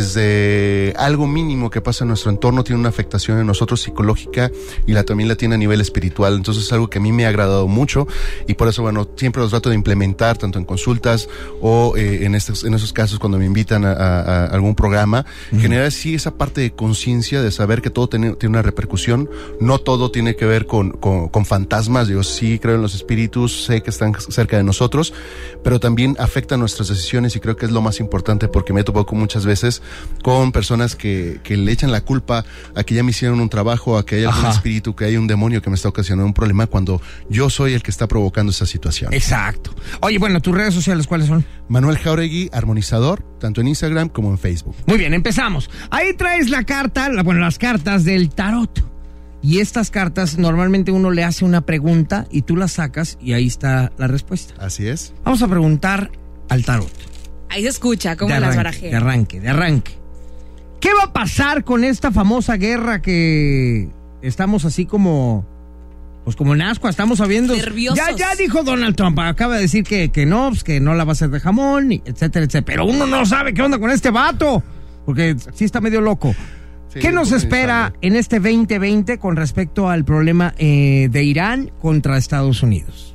S9: Desde algo mínimo que pasa en nuestro entorno tiene una afectación en nosotros psicológica y la también la tiene a nivel espiritual. Entonces es algo que a mí me ha agradado mucho y por eso, bueno, siempre los trato de implementar tanto en consultas o eh, en, estos, en esos casos cuando me invitan a, a- a algún programa. Generar sí esa parte de conciencia de saber que todo tiene, tiene una repercusión. No todo tiene que ver con, con- con fantasmas. Yo sí creo en los espíritus, sé que están cerca de nosotros, pero también afecta nuestras decisiones y creo que es lo más importante porque me he topado con muchas veces con personas que, que le echan la culpa a que ya me hicieron un trabajo, a que hay algún
S3: Ajá.
S9: espíritu, que hay un demonio que me está ocasionando un problema cuando yo soy el que está provocando esa situación.
S3: Exacto. Oye, bueno, tus redes sociales, ¿cuáles son?
S9: Manuel Jauregui, armonizador, tanto en Instagram como en Facebook.
S3: Muy bien, empezamos. Ahí traes la carta, la- bueno, las cartas del tarot. Y estas cartas normalmente uno le hace una pregunta y tú la sacas y ahí está la respuesta.
S9: Así es.
S3: Vamos a preguntar al tarot.
S2: Ahí se escucha cómo
S3: de
S2: las
S3: arranque, De
S2: barajé.
S3: arranque, de arranque. ¿Qué va a pasar con esta famosa guerra que estamos así como... Pues como en ascua, estamos sabiendo...
S2: Nerviosos.
S3: Ya, ya dijo Donald Trump, acaba de decir que, que no, pues, que no la va a hacer de jamón, y etcétera, etcétera. Pero uno no sabe qué onda con este vato, porque sí está medio loco.
S9: Sí,
S3: ¿Qué nos
S9: porque
S3: espera en este 2020 con respecto al problema eh, de Irán contra Estados Unidos?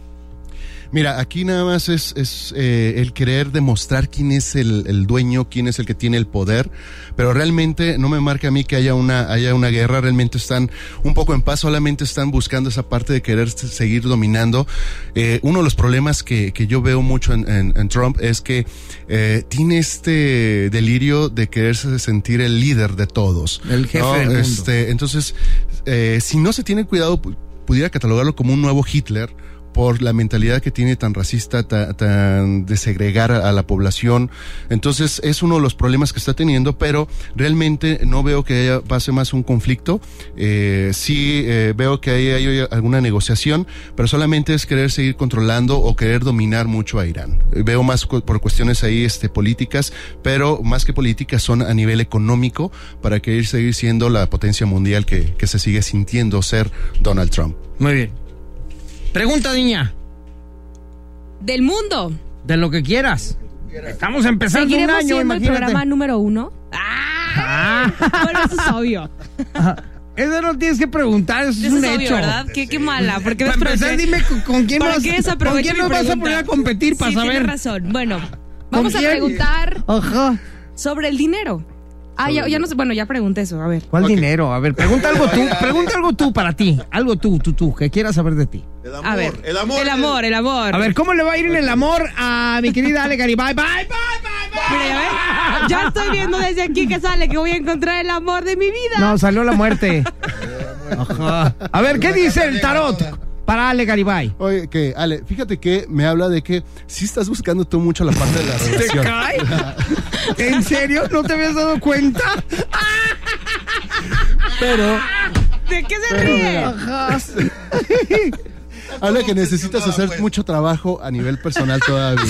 S9: Mira, aquí nada más es, es, eh, el querer demostrar quién es el, el dueño, quién es el que tiene el poder, pero realmente no me marca a mí que haya una, haya una guerra, realmente están un poco en paz, solamente están buscando esa parte de querer s- seguir dominando. Eh, uno de los problemas que, que yo veo mucho en, en- en Trump es que eh, tiene este delirio de quererse sentir el líder de todos.
S3: El jefe del mundo.
S9: Este, entonces, eh, si no se tiene cuidado, pu- pudiera catalogarlo como un nuevo Hitler por la mentalidad que tiene tan racista, ta- tan de segregar a a la población. Entonces es uno de los problemas que está teniendo, pero realmente no veo que haya, pase más un conflicto. Eh, sí eh, veo que ahí hay alguna negociación, pero solamente es querer seguir controlando o querer dominar mucho a Irán. Eh, Veo más cu- por cuestiones ahí este, políticas, pero más que políticas son a nivel económico para que seguir siendo la potencia mundial que, que se sigue sintiendo ser Donald Trump.
S3: Muy bien. Pregunta, niña,
S2: Del mundo.
S3: de lo que quieras. Estamos empezando un
S2: Seguiremos
S3: año,
S2: siendo el
S3: imagínate.
S2: programa número uno.
S3: Ah,
S2: Bueno, eso es obvio.
S3: eso no tienes que preguntar, eso, es
S2: Eso
S3: un
S2: es obvio,
S3: hecho.
S2: ¿verdad? Qué, qué mala. Porque
S3: Para empezar, dime con, con quién
S2: ¿Para
S3: vas,
S2: qué desaprovecho
S3: con quién
S2: mi
S3: nos vas a
S2: pregunta?
S3: poner a competir para
S2: sí,
S3: saber.
S2: tienes razón. Bueno, vamos a
S3: quién?
S2: preguntar
S3: Ajá.
S2: sobre el dinero. Ah, ya, ya no sé. Bueno, ya pregunté eso. A ver.
S3: ¿Cuál dinero? A ver, pregunta algo tú, pregunta algo tú para ti, algo tú, tú, tú, que quieras saber de ti.
S4: El amor,
S2: A ver.
S4: el amor.
S2: El amor, el amor.
S3: A ver, ¿cómo le va a ir en el amor a mi querida Ale Garibay? Bye, bye, bye, bye.
S2: Mira, ya ves, ya estoy viendo desde aquí que sale que voy a encontrar el amor de mi vida.
S3: No, salió la muerte. Ajá. A ver, ¿qué dice el tarot para Ale Garibay?
S9: Oye, que Ale, fíjate que me habla de que si estás buscando tú mucho la parte de la relación.
S3: cae? ¿En serio? ¿No te habías dado cuenta?
S9: pero
S2: ¿De qué se ríe?
S9: habla que necesitas hacer mucho trabajo a nivel personal todavía.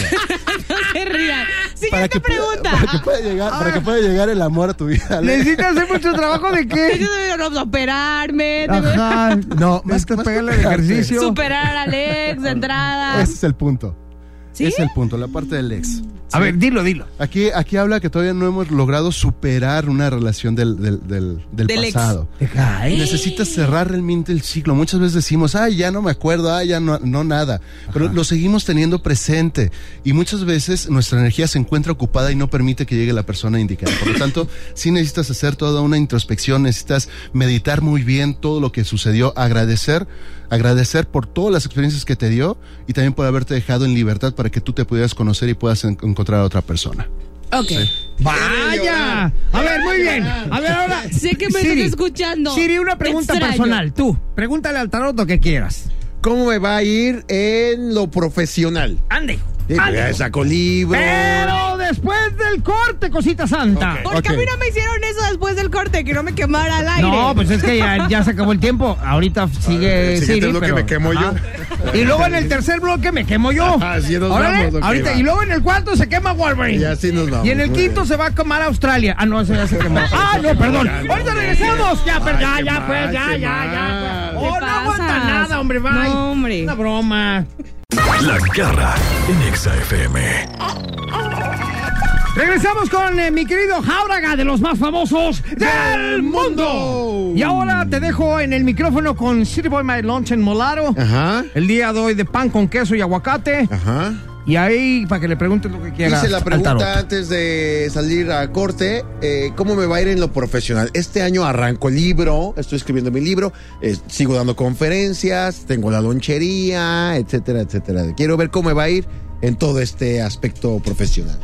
S2: Se ríe.
S9: para
S2: Siguiente
S9: que pueda-
S2: pregunta.
S9: para que pueda llegar, para que pueda llegar el amor a tu vida. Ale.
S3: ¿Necesitas hacer mucho trabajo de qué?
S2: Yo debo de operarme, debo de
S3: Ajá. No, más que
S9: más
S3: pegarle el
S9: que-
S3: ejercicio.
S2: superar a Alex de entrada.
S9: Ese es el punto.
S2: ¿Sí?
S9: Es el punto, la parte del ex.
S3: A ver, dilo, dilo.
S9: Aquí, aquí habla que todavía no hemos logrado superar una relación del, del, del, del
S2: Del ex.
S9: pasado.
S3: ¿Te
S8: eh.
S3: cae?
S9: Necesitas cerrar realmente el ciclo. Muchas veces decimos, ay, ya no me acuerdo, ay, ya no, no nada. Pero lo seguimos teniendo presente. Y muchas veces nuestra energía se encuentra ocupada y no permite que llegue la persona indicada. Por lo tanto, sí necesitas hacer toda una introspección, necesitas meditar muy bien todo lo que sucedió, agradecer, agradecer por todas las experiencias que te dio y también por haberte dejado en libertad para que tú te pudieras conocer y puedas en- encontrar a otra persona.
S2: Ok.
S3: ¡Vaya! A ver, muy bien. A ver, ahora.
S2: Sé que me
S3: Siri.
S2: estás escuchando.
S3: Siri, una pregunta
S2: Te extraño.
S3: personal. Tú, pregúntale al tarot lo que quieras.
S4: ¿Cómo me va a ir en lo profesional?
S3: Ande.
S4: Sí, pues
S3: Ande.
S4: ya saco libros.
S3: Pero después del corte, cosita santa.
S2: ¿Por qué a mí no me hicieron eso después del corte? Que no me quemara al aire.
S3: No, pues es que ya, ya se acabó el tiempo. Ahorita sigue
S8: el siguiente
S3: Siri,
S8: es lo que
S3: pero-
S8: me quemo yo. Ah,
S3: Ajá. Y luego en el tercer bloque me quemo yo.
S8: Así nos
S3: Órale,
S8: vamos, ok,
S3: ahorita.
S8: va.
S3: Y luego en el cuarto se quema Wolverine.
S4: Y así nos vamos.
S3: Y en el
S4: Muy
S3: quinto se va a quemar Australia. Ah, no, ese ya se quemó. Ah, no, perdón. Ahorita regresamos. Ya, pues, ya,
S8: qué
S3: ya,
S8: mal,
S3: pues, ya,
S8: qué
S3: ya, ya.
S8: mal.
S3: pues. Oh,
S2: ¿Qué
S3: no aguanta
S2: pasas?
S3: nada, hombre, bye.
S2: No, hombre.
S3: Una broma.
S1: La garra en Exa FM.
S3: Regresamos con eh, mi querido Jauraga de los más famosos del mundo. Y ahora te dejo en el micrófono con City Boy My Lunch en Molaro.
S4: Ajá,
S3: El día de hoy de pan con queso y aguacate.
S4: ajá.
S3: Y ahí para que le preguntes lo que quieras.
S4: Hice la
S3: al
S4: pregunta
S3: tarot.
S4: antes de salir a corte, eh, ¿cómo me va a ir en lo profesional? Este año arranco el libro, estoy escribiendo mi libro, eh, sigo dando conferencias, tengo la lonchería, etcétera, etcétera. Quiero ver cómo me va a ir en todo este aspecto profesional.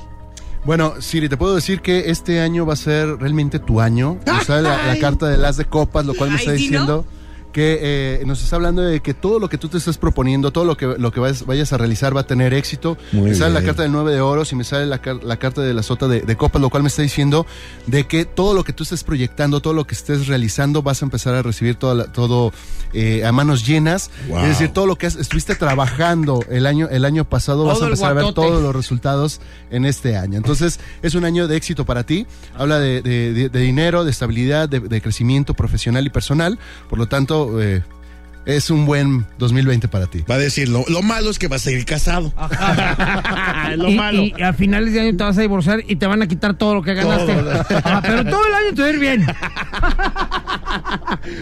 S9: Bueno, Siri, te puedo decir que este año va a ser realmente tu año. Nos sale la, la carta de las de copas, lo cual me
S2: Ay,
S9: está
S2: ¿sí, no?
S9: diciendo que eh, nos está hablando de que todo lo que tú te estás proponiendo, todo lo que, lo que vas- vayas a realizar va a tener éxito.
S4: Muy
S9: me sale la
S4: bien.
S9: carta del 9 de oros y me sale la, car- la carta de la sota de, de copas, lo cual me está diciendo de que todo lo que tú estés proyectando, todo lo que estés realizando, vas a empezar a recibir toda la- todo eh, a manos llenas.
S4: Wow.
S9: Es decir, todo lo que has- estuviste trabajando el año, el año pasado, vas
S3: Todo
S9: a
S3: el
S9: empezar a ver
S3: guatote.
S9: todo los resultados en este año. Entonces, es un año de éxito para ti. Habla de, de- de- de dinero, de estabilidad, de, de crecimiento profesional y personal. Por lo tanto, eh, es un buen 2020 para ti.
S4: Va a decirlo, lo malo es que va a seguir casado.
S3: Ah,
S8: Ah, Es lo
S3: y,
S8: malo.
S3: y a finales de año te vas a divorciar y te van a quitar todo lo que ganaste. Ah, pero todo el año te va a ir bien.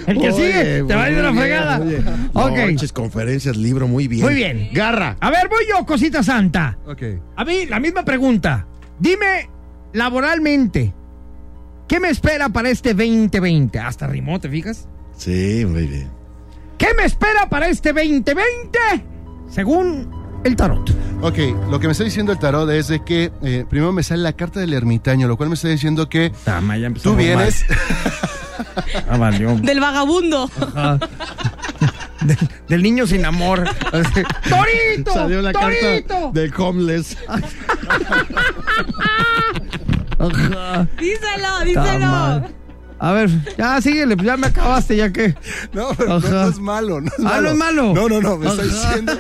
S3: el que sigue te va a ir de la fregada. ok.
S4: Noches, conferencias, libro, muy bien.
S3: Muy bien.
S8: Garra.
S3: A ver, voy yo, cosita santa.
S9: Ok.
S3: A mí, la misma pregunta. Dime, laboralmente, ¿qué me espera para este 2020? Hasta rimó, ¿te fijas?
S4: Sí, muy bien.
S3: ¿Qué me espera para este 2020? Según el tarot.
S9: Ok, lo que me está diciendo el tarot es de que eh, primero me sale la carta del ermitaño, lo cual me está diciendo que
S8: Ah,
S9: tú vienes,
S2: Del vagabundo.
S3: del niño sin amor. Así, ¡Torito!
S8: Salió la carta
S3: ¡Torito!
S8: del homeless.
S3: Ajá,
S2: Díselo,
S3: ta
S2: díselo.
S3: madre. A ver, ya síguele, pues ya me acabaste, ya que.
S9: No, pero no,
S3: Ajá.
S9: no es malo. No es
S3: Ah, ¿no es malo?
S9: No, no, no, me está
S3: Ajá.
S9: diciendo.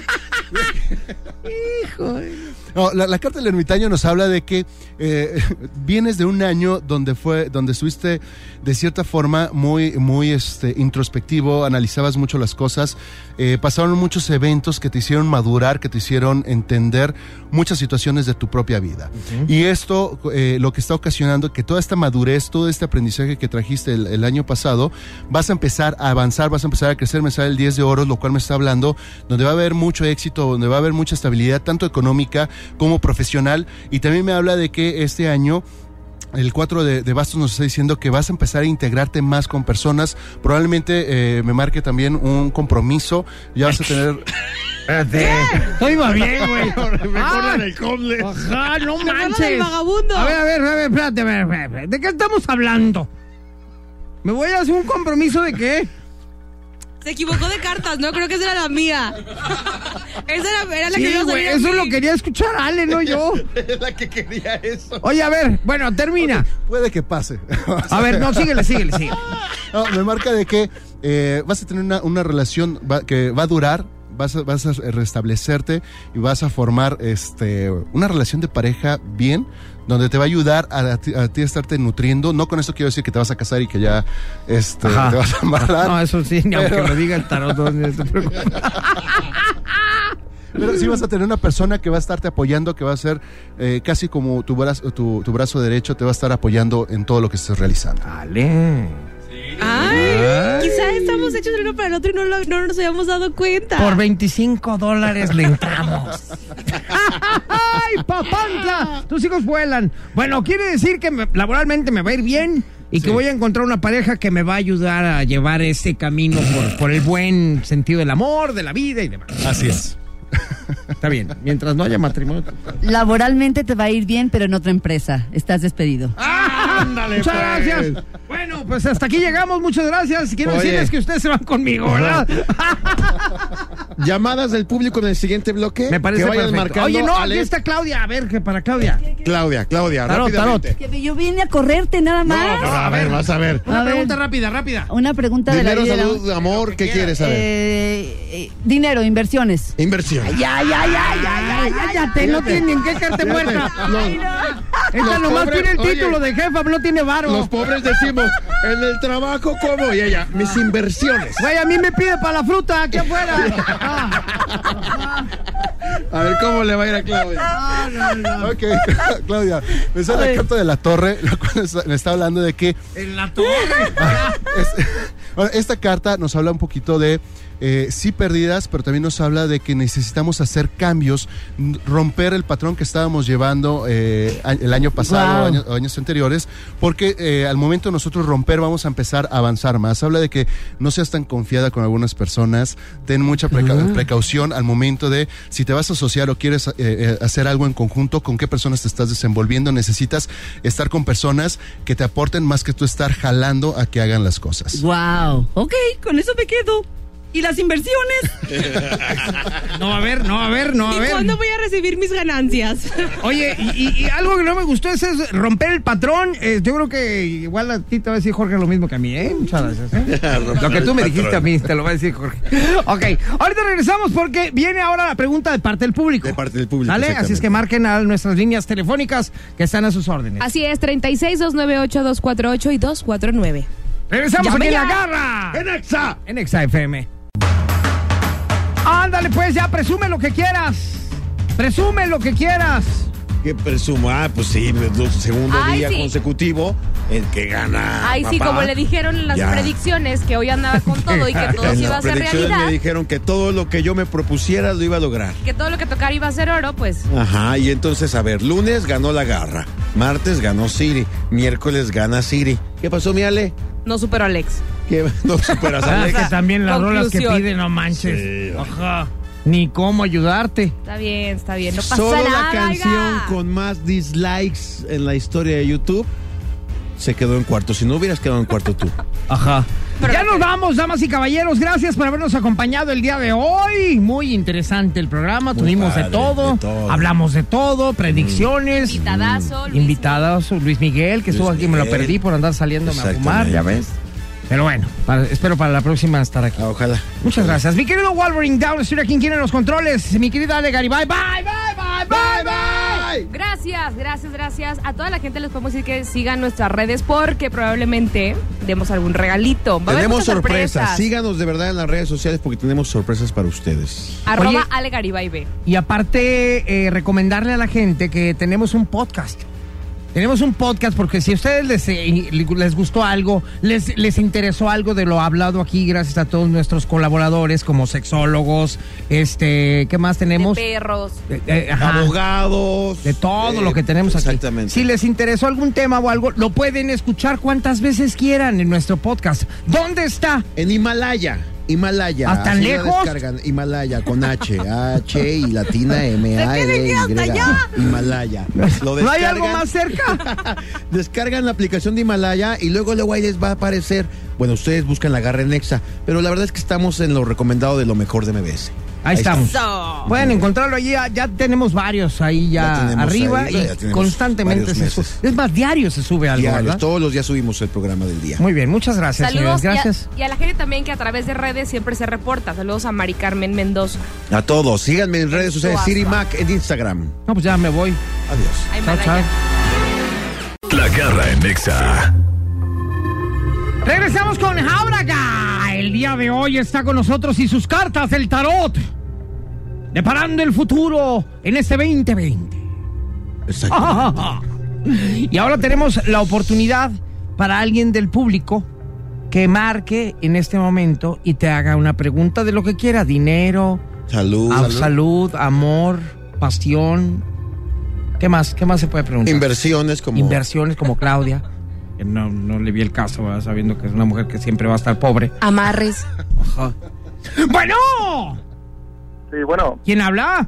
S9: No, la, la carta del ermitaño nos habla de que eh, vienes de un año donde fue, donde estuviste de cierta forma muy, muy este, introspectivo, analizabas mucho las cosas, eh, pasaron muchos eventos que te hicieron madurar, que te hicieron entender muchas situaciones de tu propia vida. Y esto eh, lo que está ocasionando que toda esta madurez, todo este aprendizaje que trajiste el, el año pasado, vas a empezar a avanzar, vas a empezar a crecer, me sale el 10 de oros, lo cual me está hablando, donde va a haber mucho éxito, donde va a haber mucha estabilidad, tanto económica como profesional. Y también me habla de que este año... El 4 de, de bastos nos está diciendo que vas a empezar a integrarte más con personas. Probablemente eh, me marque también un compromiso. Ya vas a tener.
S3: Todo iba bien, güey.
S8: Mejor la
S3: Ay,
S8: del homeless.
S3: Ah. Ajá, no
S2: del
S3: manches.
S2: vagabundo.
S3: A ver, a ver, a ver, espérate, a ver, a ver, a ver, ¿De qué estamos hablando? ¿Me voy a hacer un compromiso de qué?
S2: Se equivocó de cartas, no creo que esa era la mía. esa era, era la que
S3: Sí,
S2: iba a
S3: güey,
S2: salir a
S3: eso
S2: mí.
S3: lo quería escuchar Ale, no yo.
S8: la que quería eso.
S3: Oye, a ver, bueno, termina.
S9: Puede que pase.
S3: A ver, no, síguele, síguele, síguele.
S9: No, me marca de que eh, vas a tener una, una relación va- que va a durar, vas a, vas a restablecerte y vas a formar este, una relación de pareja bien, donde te va a ayudar a, ti- a ti a estarte nutriendo. No con esto quiero decir que te vas a casar y que ya este,
S3: Ajá.
S9: te vas a amarrar.
S3: No, eso sí, ni aunque
S9: Pero-
S3: lo diga el tarot. no, ni se preocupe.
S9: Pero sí vas a tener una persona que va a estarte apoyando, que va a ser eh, casi como tu brazo, tu, tu brazo derecho, te va a estar apoyando en todo lo que estés
S3: Ah.
S9: realizando.
S3: Ale.
S2: Ay, quizás estamos hechos el uno para el otro y no, lo- no nos habíamos dado cuenta.
S3: Por 25 dólares le entramos. ¡Ay, papantla! Tus hijos vuelan. Bueno, quiere decir que me- laboralmente me va a ir bien y que voy a encontrar una pareja que me va a ayudar a llevar este camino por, por el buen sentido del amor, de la vida y demás.
S1: Así es.
S3: Está bien. Mientras no haya matrimonio.
S10: Laboralmente te va a ir bien, pero en otra empresa. Estás despedido.
S3: Ah,
S8: Ándale,
S3: Muchas
S8: pues.
S3: gracias. Bueno, pues hasta aquí llegamos. Muchas gracias. Quiero
S8: Oye.
S3: decirles que ustedes se van conmigo, ¿verdad?
S4: Llamadas del público en el siguiente bloque.
S3: Me parece
S4: que vayan
S3: perfecto.
S4: marcando.
S3: Oye, no,
S4: Ale-
S3: aquí está Claudia. A ver, que para Claudia.
S4: Claudia, Claudia,
S3: Tarot,
S4: rápidamente.
S3: tarot.
S10: Que Yo vine a correrte nada
S4: No,
S10: más.
S4: no, a ver, vas a ver.
S3: Una
S10: A ver.
S3: pregunta rápida, rápida.
S10: Una pregunta de la
S4: Dinero,
S10: vida.
S4: salud, amor, ¿qué quieres saber?
S10: Eh, eh, dinero, inversiones.
S4: Inversión.
S10: Ya, ya, ya, ya, ya, ya.
S3: Cállate, no tiene en qué quedarte muerta. Esta
S4: Los
S3: nomás
S4: pobres-
S3: tiene el
S4: oye.
S3: título de jefa, no tiene
S4: Los
S3: varo.
S4: pobres decimos, en el trabajo, ¿cómo? Y ella, mis inversiones.
S3: Güey, a mí me pide para la fruta aquí afuera. Ah,
S4: A ver cómo le va a ir a Claudia.
S9: Ok, Claudia, me sale la carta de la torre, lo cual está- me está hablando de que
S3: en la torre.
S9: Es- Ahora, esta carta nos habla un poquito de eh, sí perdidas, pero también nos habla de que necesitamos hacer cambios, n- romper el patrón que estábamos llevando eh, a- el año pasado
S10: Wow.
S9: o años, o años anteriores, porque eh, al momento de nosotros romper vamos a empezar a avanzar más. Habla de que no seas tan confiada con algunas personas, ten mucha preca- precaución al momento de si te vas a asociar o quieres eh, eh, hacer algo en conjunto, con qué personas te estás desenvolviendo, necesitas estar con personas que te aporten más que tú estar jalando a que hagan las cosas.
S10: Wow. Ok, con eso me quedo. ¿Y las inversiones?
S3: No va a ver, no va a ver, no va a
S2: ¿Y cuándo
S3: ver.
S2: voy a recibir mis ganancias?
S3: Oye, y, y- y algo que no me gustó es, es romper el patrón. Eh, yo creo que igual a ti te va a decir Jorge lo mismo que a mí, ¿eh? Muchas gracias. ¿eh? Lo que tú me dijiste a mí, te lo va a decir Jorge. Ok, ahorita regresamos porque viene ahora la pregunta de parte del público.
S4: De parte del público,
S3: ¿Sale? Así es que marquen a nuestras líneas telefónicas que están a sus órdenes.
S2: Así es, 36 298 248 y 249.
S3: Regresamos aquí
S2: Llame
S3: en
S2: ya.
S3: la garra.
S8: En Exa.
S3: En Exa FM. Ándale, pues ya, presume lo que quieras. Presume lo que quieras.
S4: Que presumo, ah, pues sí, pues, segundo
S11: Ay,
S4: día
S11: sí.
S4: consecutivo, el que gana.
S11: Ay, sí,
S4: papá.
S11: como le dijeron en las
S4: Ya.
S11: predicciones que hoy andaba con todo y que todo
S4: En
S11: se iba a
S4: las
S11: hacer
S4: predicciones
S11: realidad,
S4: me dijeron que todo lo que yo me propusiera lo iba a lograr.
S11: que todo lo que tocar iba a ser oro, pues
S4: Ajá, y entonces, a ver, lunes ganó la garra, martes ganó Siri, miércoles gana Siri. ¿Qué pasó, mi Ale?
S2: No superó a Alex.
S4: Que no superas
S3: Ah,
S4: a Alex.
S3: también
S11: las rolas que conclusión. piden,
S3: no manches. Ajá. Ni cómo ayudarte.
S11: está bien, está bien, no pasa
S4: Solo
S11: nada.
S4: la canción
S11: oiga.
S4: con más dislikes en la historia de YouTube se quedó en cuarto. Si no hubieras quedado en cuarto tú.
S7: Ajá.
S3: ya nos vamos, damas y caballeros. Gracias por habernos acompañado el día de hoy. Muy interesante el programa.
S7: Muy
S3: Tuvimos de,
S7: padre,
S3: todo.
S7: de todo.
S3: Hablamos de todo. Predicciones.
S11: Invitadazo,
S3: Mm,
S11: Luis
S3: Invitadazo, Luis Miguel, que
S7: Luis
S3: estuvo aquí. Me lo
S7: Miguel.
S3: perdí por andar saliéndome a fumar.
S7: Exactamente.
S3: Ya ves. Pero bueno, para- espero para la próxima estar aquí.
S4: Ah, Ojalá.
S3: Muchas gracias. Mi querido Wolverine Down, estoy aquí en los controles. Mi querida Ale Garibay. Bye, bye.
S11: bye, bye. Gracias, gracias, gracias. A toda la gente les podemos decir que sigan nuestras redes porque probablemente demos algún regalito. Va a haber
S4: Tenemos
S11: muchas
S4: sorpresas.
S11: sorpresas.
S4: Síganos de verdad en las redes sociales porque tenemos sorpresas para ustedes.
S11: Arroba
S3: Oye.
S11: Ale Garibay B.
S3: Y aparte, eh, recomendarle a la gente que tenemos un podcast. Tenemos un podcast porque si a ustedes les, eh, les gustó algo, les, les interesó algo de lo hablado aquí, gracias a todos nuestros colaboradores como sexólogos, este, ¿qué más tenemos?
S11: Perros.
S3: Eh, eh, ajá.
S4: Abogados.
S3: De todo
S4: eh,
S3: lo que tenemos aquí.
S4: exactamente.
S3: Si les interesó algún tema o algo, lo pueden escuchar cuantas veces quieran en nuestro podcast. ¿Dónde está?
S4: En Himalaya. Himalaya.
S3: ¿Hasta
S4: así la
S3: ¿Ah, lejos?
S4: descargan. Himalaya con H. H y latina M. A L Y. Himalaya. Lo
S3: ¿No hay
S4: descargan,
S3: algo más cerca?
S4: Descargan la aplicación de Himalaya y luego luego ahí les va a aparecer. Bueno, ustedes buscan la garra en Nexa, pero la verdad es que estamos en lo recomendado de lo mejor de MBS.
S3: Ahí estamos. Pueden encontrarlo allí, ya, ya tenemos varios ahí
S4: Ya
S3: ya,
S4: tenemos
S3: arriba
S4: ahí,
S3: y
S4: ya tenemos
S3: constantemente
S4: varios
S3: se sube.
S4: meses.
S3: Es más, diario se sube algo,
S4: Diarios,
S3: ¿verdad?
S4: todos los días subimos el programa del día.
S3: Muy bien, muchas gracias,
S11: Saludos
S3: señores. Gracias.
S11: Y, a, y a la gente también que a través de redes siempre se reporta. Saludos a Mari Carmen Mendoza.
S4: A todos, síganme en redes sociales, Siri Mac en Instagram.
S3: No, pues ya me voy.
S4: Adiós.
S11: Ay,
S3: Chao,
S11: Malaya.
S3: chao.
S1: La garra en Nexa.
S3: Regresamos con Jauraga. El día de hoy está con nosotros y sus cartas del tarot. Deparando el futuro en este 2020. y ahora tenemos la oportunidad para alguien del público que marque en este momento y te haga una pregunta de lo que quiera. Dinero,
S4: Salud.
S3: a- Ah, salud, amor, pasión. ¿Qué más? ¿Qué más se puede preguntar?
S4: Inversiones como
S3: Inversiones como Claudia. que No, no le vi el caso, ¿verdad? sabiendo que es una mujer que siempre va a estar pobre.
S11: Amarres.
S3: ¡Bueno!
S12: Sí, bueno,
S3: ¿Quién habla?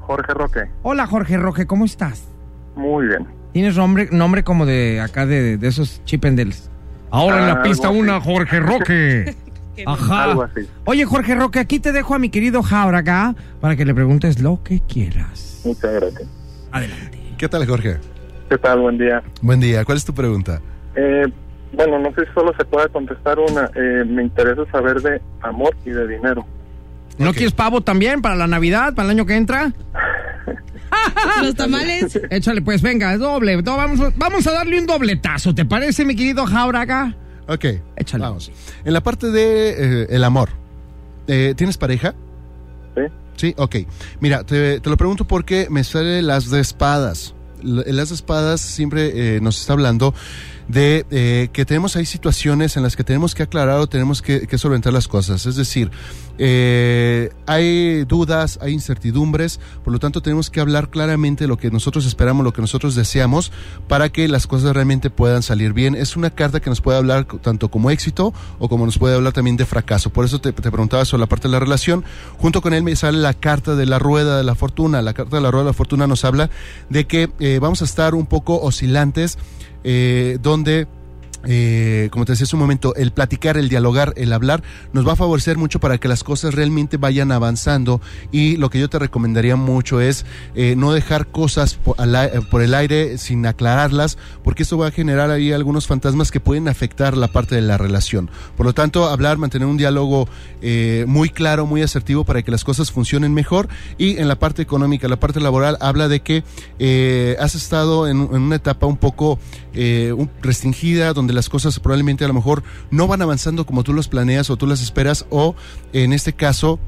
S12: Jorge Roque.
S3: Hola, Jorge Roque, ¿cómo estás?
S12: Muy bien.
S3: Tienes nombre, nombre como de acá, de, de esos chipendels. Ahora en la
S12: Ah, Algo
S3: pista
S12: así.
S3: una, Jorge Roque. Ajá.
S12: Algo así.
S3: Oye, Jorge Roque, aquí te dejo a mi querido Jauraga para que le preguntes lo que quieras.
S12: Muchas gracias.
S9: ¿Qué tal, Jorge?
S12: ¿Qué tal? Buen día.
S9: Buen día. ¿Cuál es tu pregunta?
S12: Eh, bueno, no sé si solo se puede contestar una. Eh, me interesa saber de amor y de dinero.
S3: ¿No quieres pavo también para la Navidad, para el año que entra?
S11: Ah,
S2: Los tamales.
S3: Échale, pues, venga, es doble. No, vamos, a- vamos a darle un dobletazo, ¿te parece, mi querido Jauraga?
S9: Ok.
S3: Échale.
S9: Vamos. En la parte de eh, el amor, eh, ¿tienes pareja?
S12: Sí.
S9: Sí, ok. Mira, te, te lo pregunto porque me sale las de espadas. L- Las de espadas siempre eh, nos está hablando de eh, que tenemos ahí situaciones en las que tenemos que aclarar o tenemos que, que solventar las cosas. Es decir, eh, hay dudas, hay incertidumbres, por lo tanto tenemos que hablar claramente lo que nosotros esperamos, lo que nosotros deseamos, para que las cosas realmente puedan salir bien. Es una carta que nos puede hablar co- tanto como éxito o como nos puede hablar también de fracaso. Por eso te, te preguntaba sobre la parte de la relación. Junto con él me sale la carta de la rueda de la fortuna. La carta de la rueda de la fortuna nos habla de que eh, vamos a estar un poco oscilantes, eh, donde eh, como te decía hace un momento, el platicar, el dialogar, el hablar, nos va a favorecer mucho para que las cosas realmente vayan avanzando. Y lo que yo te recomendaría mucho es eh, no dejar cosas po- al ai- eh, por, el aire sin aclararlas, porque esto va a generar ahí algunos fantasmas que pueden afectar la parte de la relación. Por lo tanto, hablar, mantener un diálogo eh, muy claro, muy asertivo para que las cosas funcionen mejor. Y en la parte económica, la parte laboral, habla de que eh, has estado en, en una etapa un poco eh, un- restringida, donde las cosas probablemente a lo mejor no van avanzando como tú los planeas o tú las esperas, o en este caso.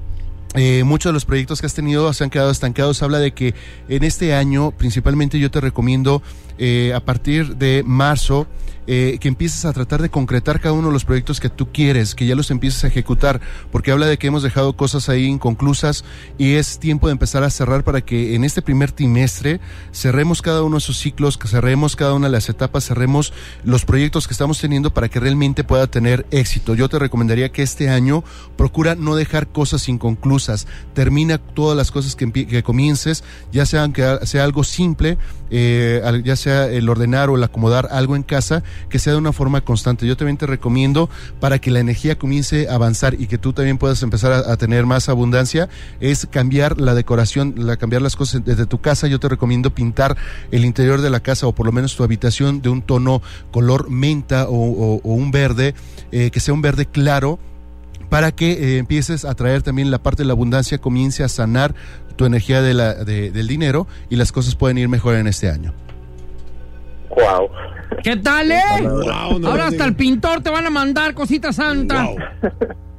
S9: eh, muchos de los proyectos que has tenido se han quedado estancados. Habla de que en este año, principalmente yo te recomiendo eh, a partir de marzo, eh, que empieces a tratar de concretar cada uno de los proyectos que tú quieres, que ya los empieces a ejecutar, porque habla de que hemos dejado cosas ahí inconclusas y es tiempo de empezar a cerrar para que en este primer trimestre cerremos cada uno de esos ciclos, que cerremos cada una de las etapas, cerremos los proyectos que estamos teniendo para que realmente pueda tener éxito. Yo te recomendaría que este año procura no dejar cosas inconclusas, termina todas las cosas que, empie- que comiences, ya sean que sea algo simple, eh, al- ya sea sea el ordenar o el acomodar algo en casa, que sea de una forma constante. Yo también te recomiendo para que la energía comience a avanzar y que tú también puedas empezar a, a tener más abundancia, es cambiar la decoración, la, cambiar las cosas desde tu casa. Yo te recomiendo pintar el interior de la casa o por lo menos tu habitación de un tono color menta o, o- o un verde, eh, que sea un verde claro para que eh, empieces a traer también la parte de la abundancia, comience a sanar tu energía de la- de- del dinero y las cosas pueden ir mejor en este año.
S12: Wow.
S3: ¿Qué tal, eh?
S9: Wow, no
S3: Ahora
S9: lo
S3: hasta el pintor te van a mandar cosita santa.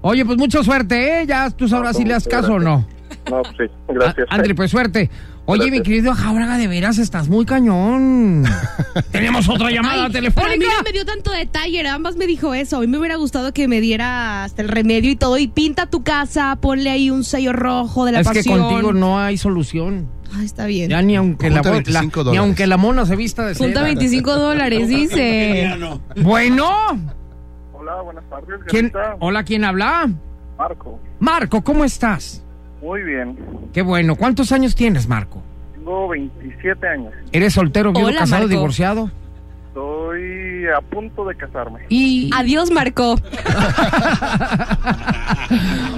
S3: Oye, pues mucha suerte, ¿eh? Ya tú sabrás si le das caso o no.
S12: No, sí, gracias.
S3: André, pues suerte. Oye, mi
S12: Gracias.
S3: querido Jauraga, de veras estás muy cañón. Tenemos otra llamada
S2: Ay,
S3: telefónica.
S2: pero a mí no me dio tanto detalle, nada más me dijo eso. A mí me hubiera gustado que me diera hasta el remedio y todo. Y pinta tu casa, ponle ahí un sello rojo de la
S3: es
S2: pasión.
S3: que contigo no hay solución.
S2: Ay, está bien.
S3: Ya ni aunque, la,
S9: Junta
S3: bo-
S9: 25
S3: la- ni
S9: dólares.
S3: aunque la mona se vista de seda.
S2: Junta 25 dólares, dice.
S3: Bueno,
S12: Hola, buenas tardes.
S3: ¿quién,
S12: Garita.
S3: hola, ¿quién habla?
S12: Marco.
S3: Marco, ¿cómo estás?
S12: Muy bien.
S3: Qué bueno. ¿Cuántos años tienes, Marco?
S12: Tengo 27 años.
S3: ¿Eres soltero, viudo,
S2: Hola,
S3: casado,
S2: Marco.
S3: divorciado?
S12: Estoy a punto de casarme.
S3: Y
S2: Adiós, Marco.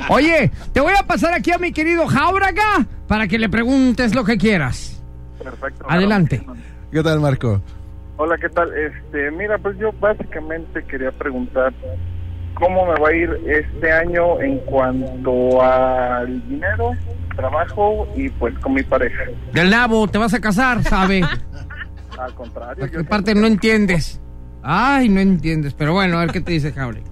S3: Oye, te voy a pasar aquí a mi querido Jauraga para que le preguntes lo que quieras.
S12: Perfecto.
S3: Adelante.
S9: ¿Qué tal, Marco?
S12: Hola, ¿qué tal? Este, mira, pues yo básicamente quería preguntar cómo me va a ir este año en cuanto al dinero, trabajo y pues con mi pareja.
S3: Del nabo, te vas a casar, ¿sabe?
S12: Al contrario, yo
S3: Porque parte no entiendes. Ay, no entiendes. Pero bueno, a ver qué te dice Jauraga.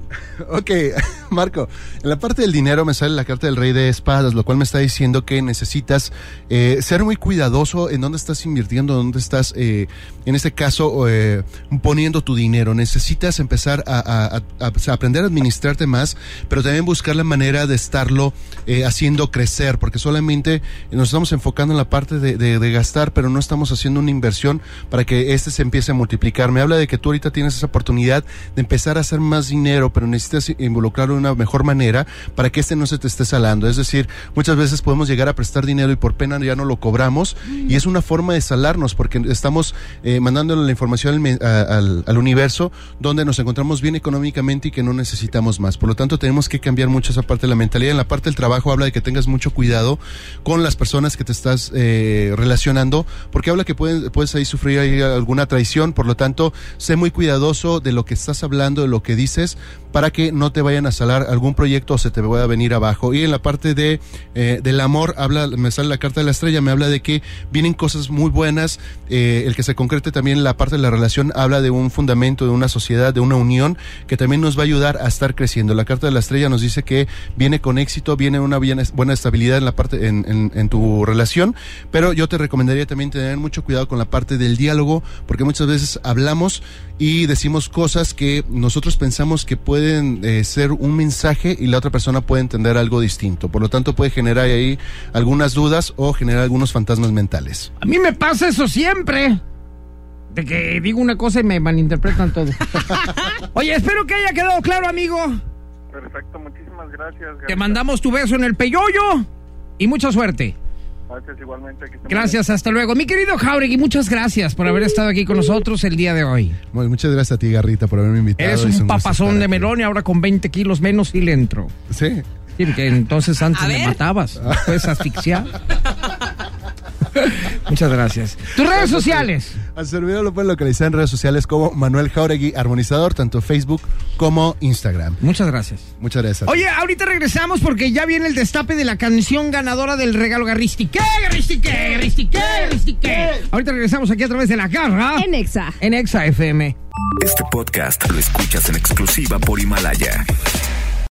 S9: Ok, Marco, en la parte del dinero me sale la carta del rey de espadas, lo cual me está diciendo que necesitas eh, ser muy cuidadoso en dónde estás invirtiendo, dónde estás, eh, en este caso, eh, poniendo tu dinero. Necesitas empezar a, a- a- a aprender a administrarte más, pero también buscar la manera de estarlo eh, haciendo crecer, porque solamente nos estamos enfocando en la parte de, de- de gastar, pero no estamos haciendo una inversión para que este se empiece a multiplicar. Me habla de que tú ahorita tienes esa oportunidad de empezar a hacer más dinero, pero necesitas involucrarlo de una mejor manera para que este no se te esté salando. Es decir, muchas veces podemos llegar a prestar dinero y por pena ya no lo cobramos y es una forma de salarnos porque estamos eh, mandándole la información al, men- a- al- al universo donde nos encontramos bien económicamente y que no necesitamos más. Por lo tanto, tenemos que cambiar mucho esa parte de la mentalidad. En la parte del trabajo habla de que tengas mucho cuidado con las personas que te estás eh, relacionando porque habla que pueden, puedes ahí sufrir ahí alguna traición. Por lo tanto, sé muy cuidadoso de lo que estás hablando, de lo que dices, para que no te vayan a salar algún proyecto o se te pueda venir abajo. Y en la parte de eh, del amor, habla, me sale la carta de la estrella, me habla de que vienen cosas muy buenas. eh, el que se concrete también la parte de la relación habla de un fundamento, de una sociedad, de una unión que también nos va a ayudar a estar creciendo. La carta de la estrella nos dice que viene con éxito, viene una bien- buena estabilidad en la parte en, en- en tu relación, pero yo te recomendaría también tener mucho cuidado con la parte del diálogo, porque muchas veces hablamos y decimos cosas que nosotros pensamos que pueden eh, ser un mensaje y la otra persona puede entender algo distinto. Por lo tanto, puede generar ahí algunas dudas o generar algunos fantasmas mentales.
S3: A mí me pasa eso siempre. De que digo una cosa y me malinterpretan todo. Oye, espero que haya quedado claro, amigo.
S12: Perfecto, muchísimas gracias.
S3: Te mandamos tu beso en el peyoyo y mucha suerte.
S12: Gracias igualmente. que estén
S3: Gracias, hasta luego. Mi querido Jauregui, muchas gracias por haber estado aquí con nosotros el día de hoy.
S9: Bueno, muchas gracias a ti, Garrita, por haberme invitado.
S3: Eres
S9: Es
S3: un
S9: gusto
S3: papazón
S9: estar
S3: de
S9: aquí.
S3: melón y ahora con 20 kilos menos y le entro.
S9: Sí.
S3: Sí, porque entonces antes
S9: A
S3: me
S9: ver.
S3: matabas. me Puedes asfixiar. Muchas gracias. Tus redes sociales.
S9: Al servidor lo pueden localizar en redes sociales como Manuel Jauregui Armonizador, tanto Facebook como Instagram.
S3: Muchas gracias.
S9: Muchas gracias.
S3: Oye, ahorita regresamos porque ya viene el destape de la canción ganadora del regalo Garristi. ¿Qué, Garristi? ¿Qué, Garristi? ¿Qué, Garristi? ¿Qué? Ahorita regresamos aquí a través de la garra. En
S2: Exa.
S3: En Exa FM.
S13: Este podcast lo escuchas en exclusiva por Himalaya.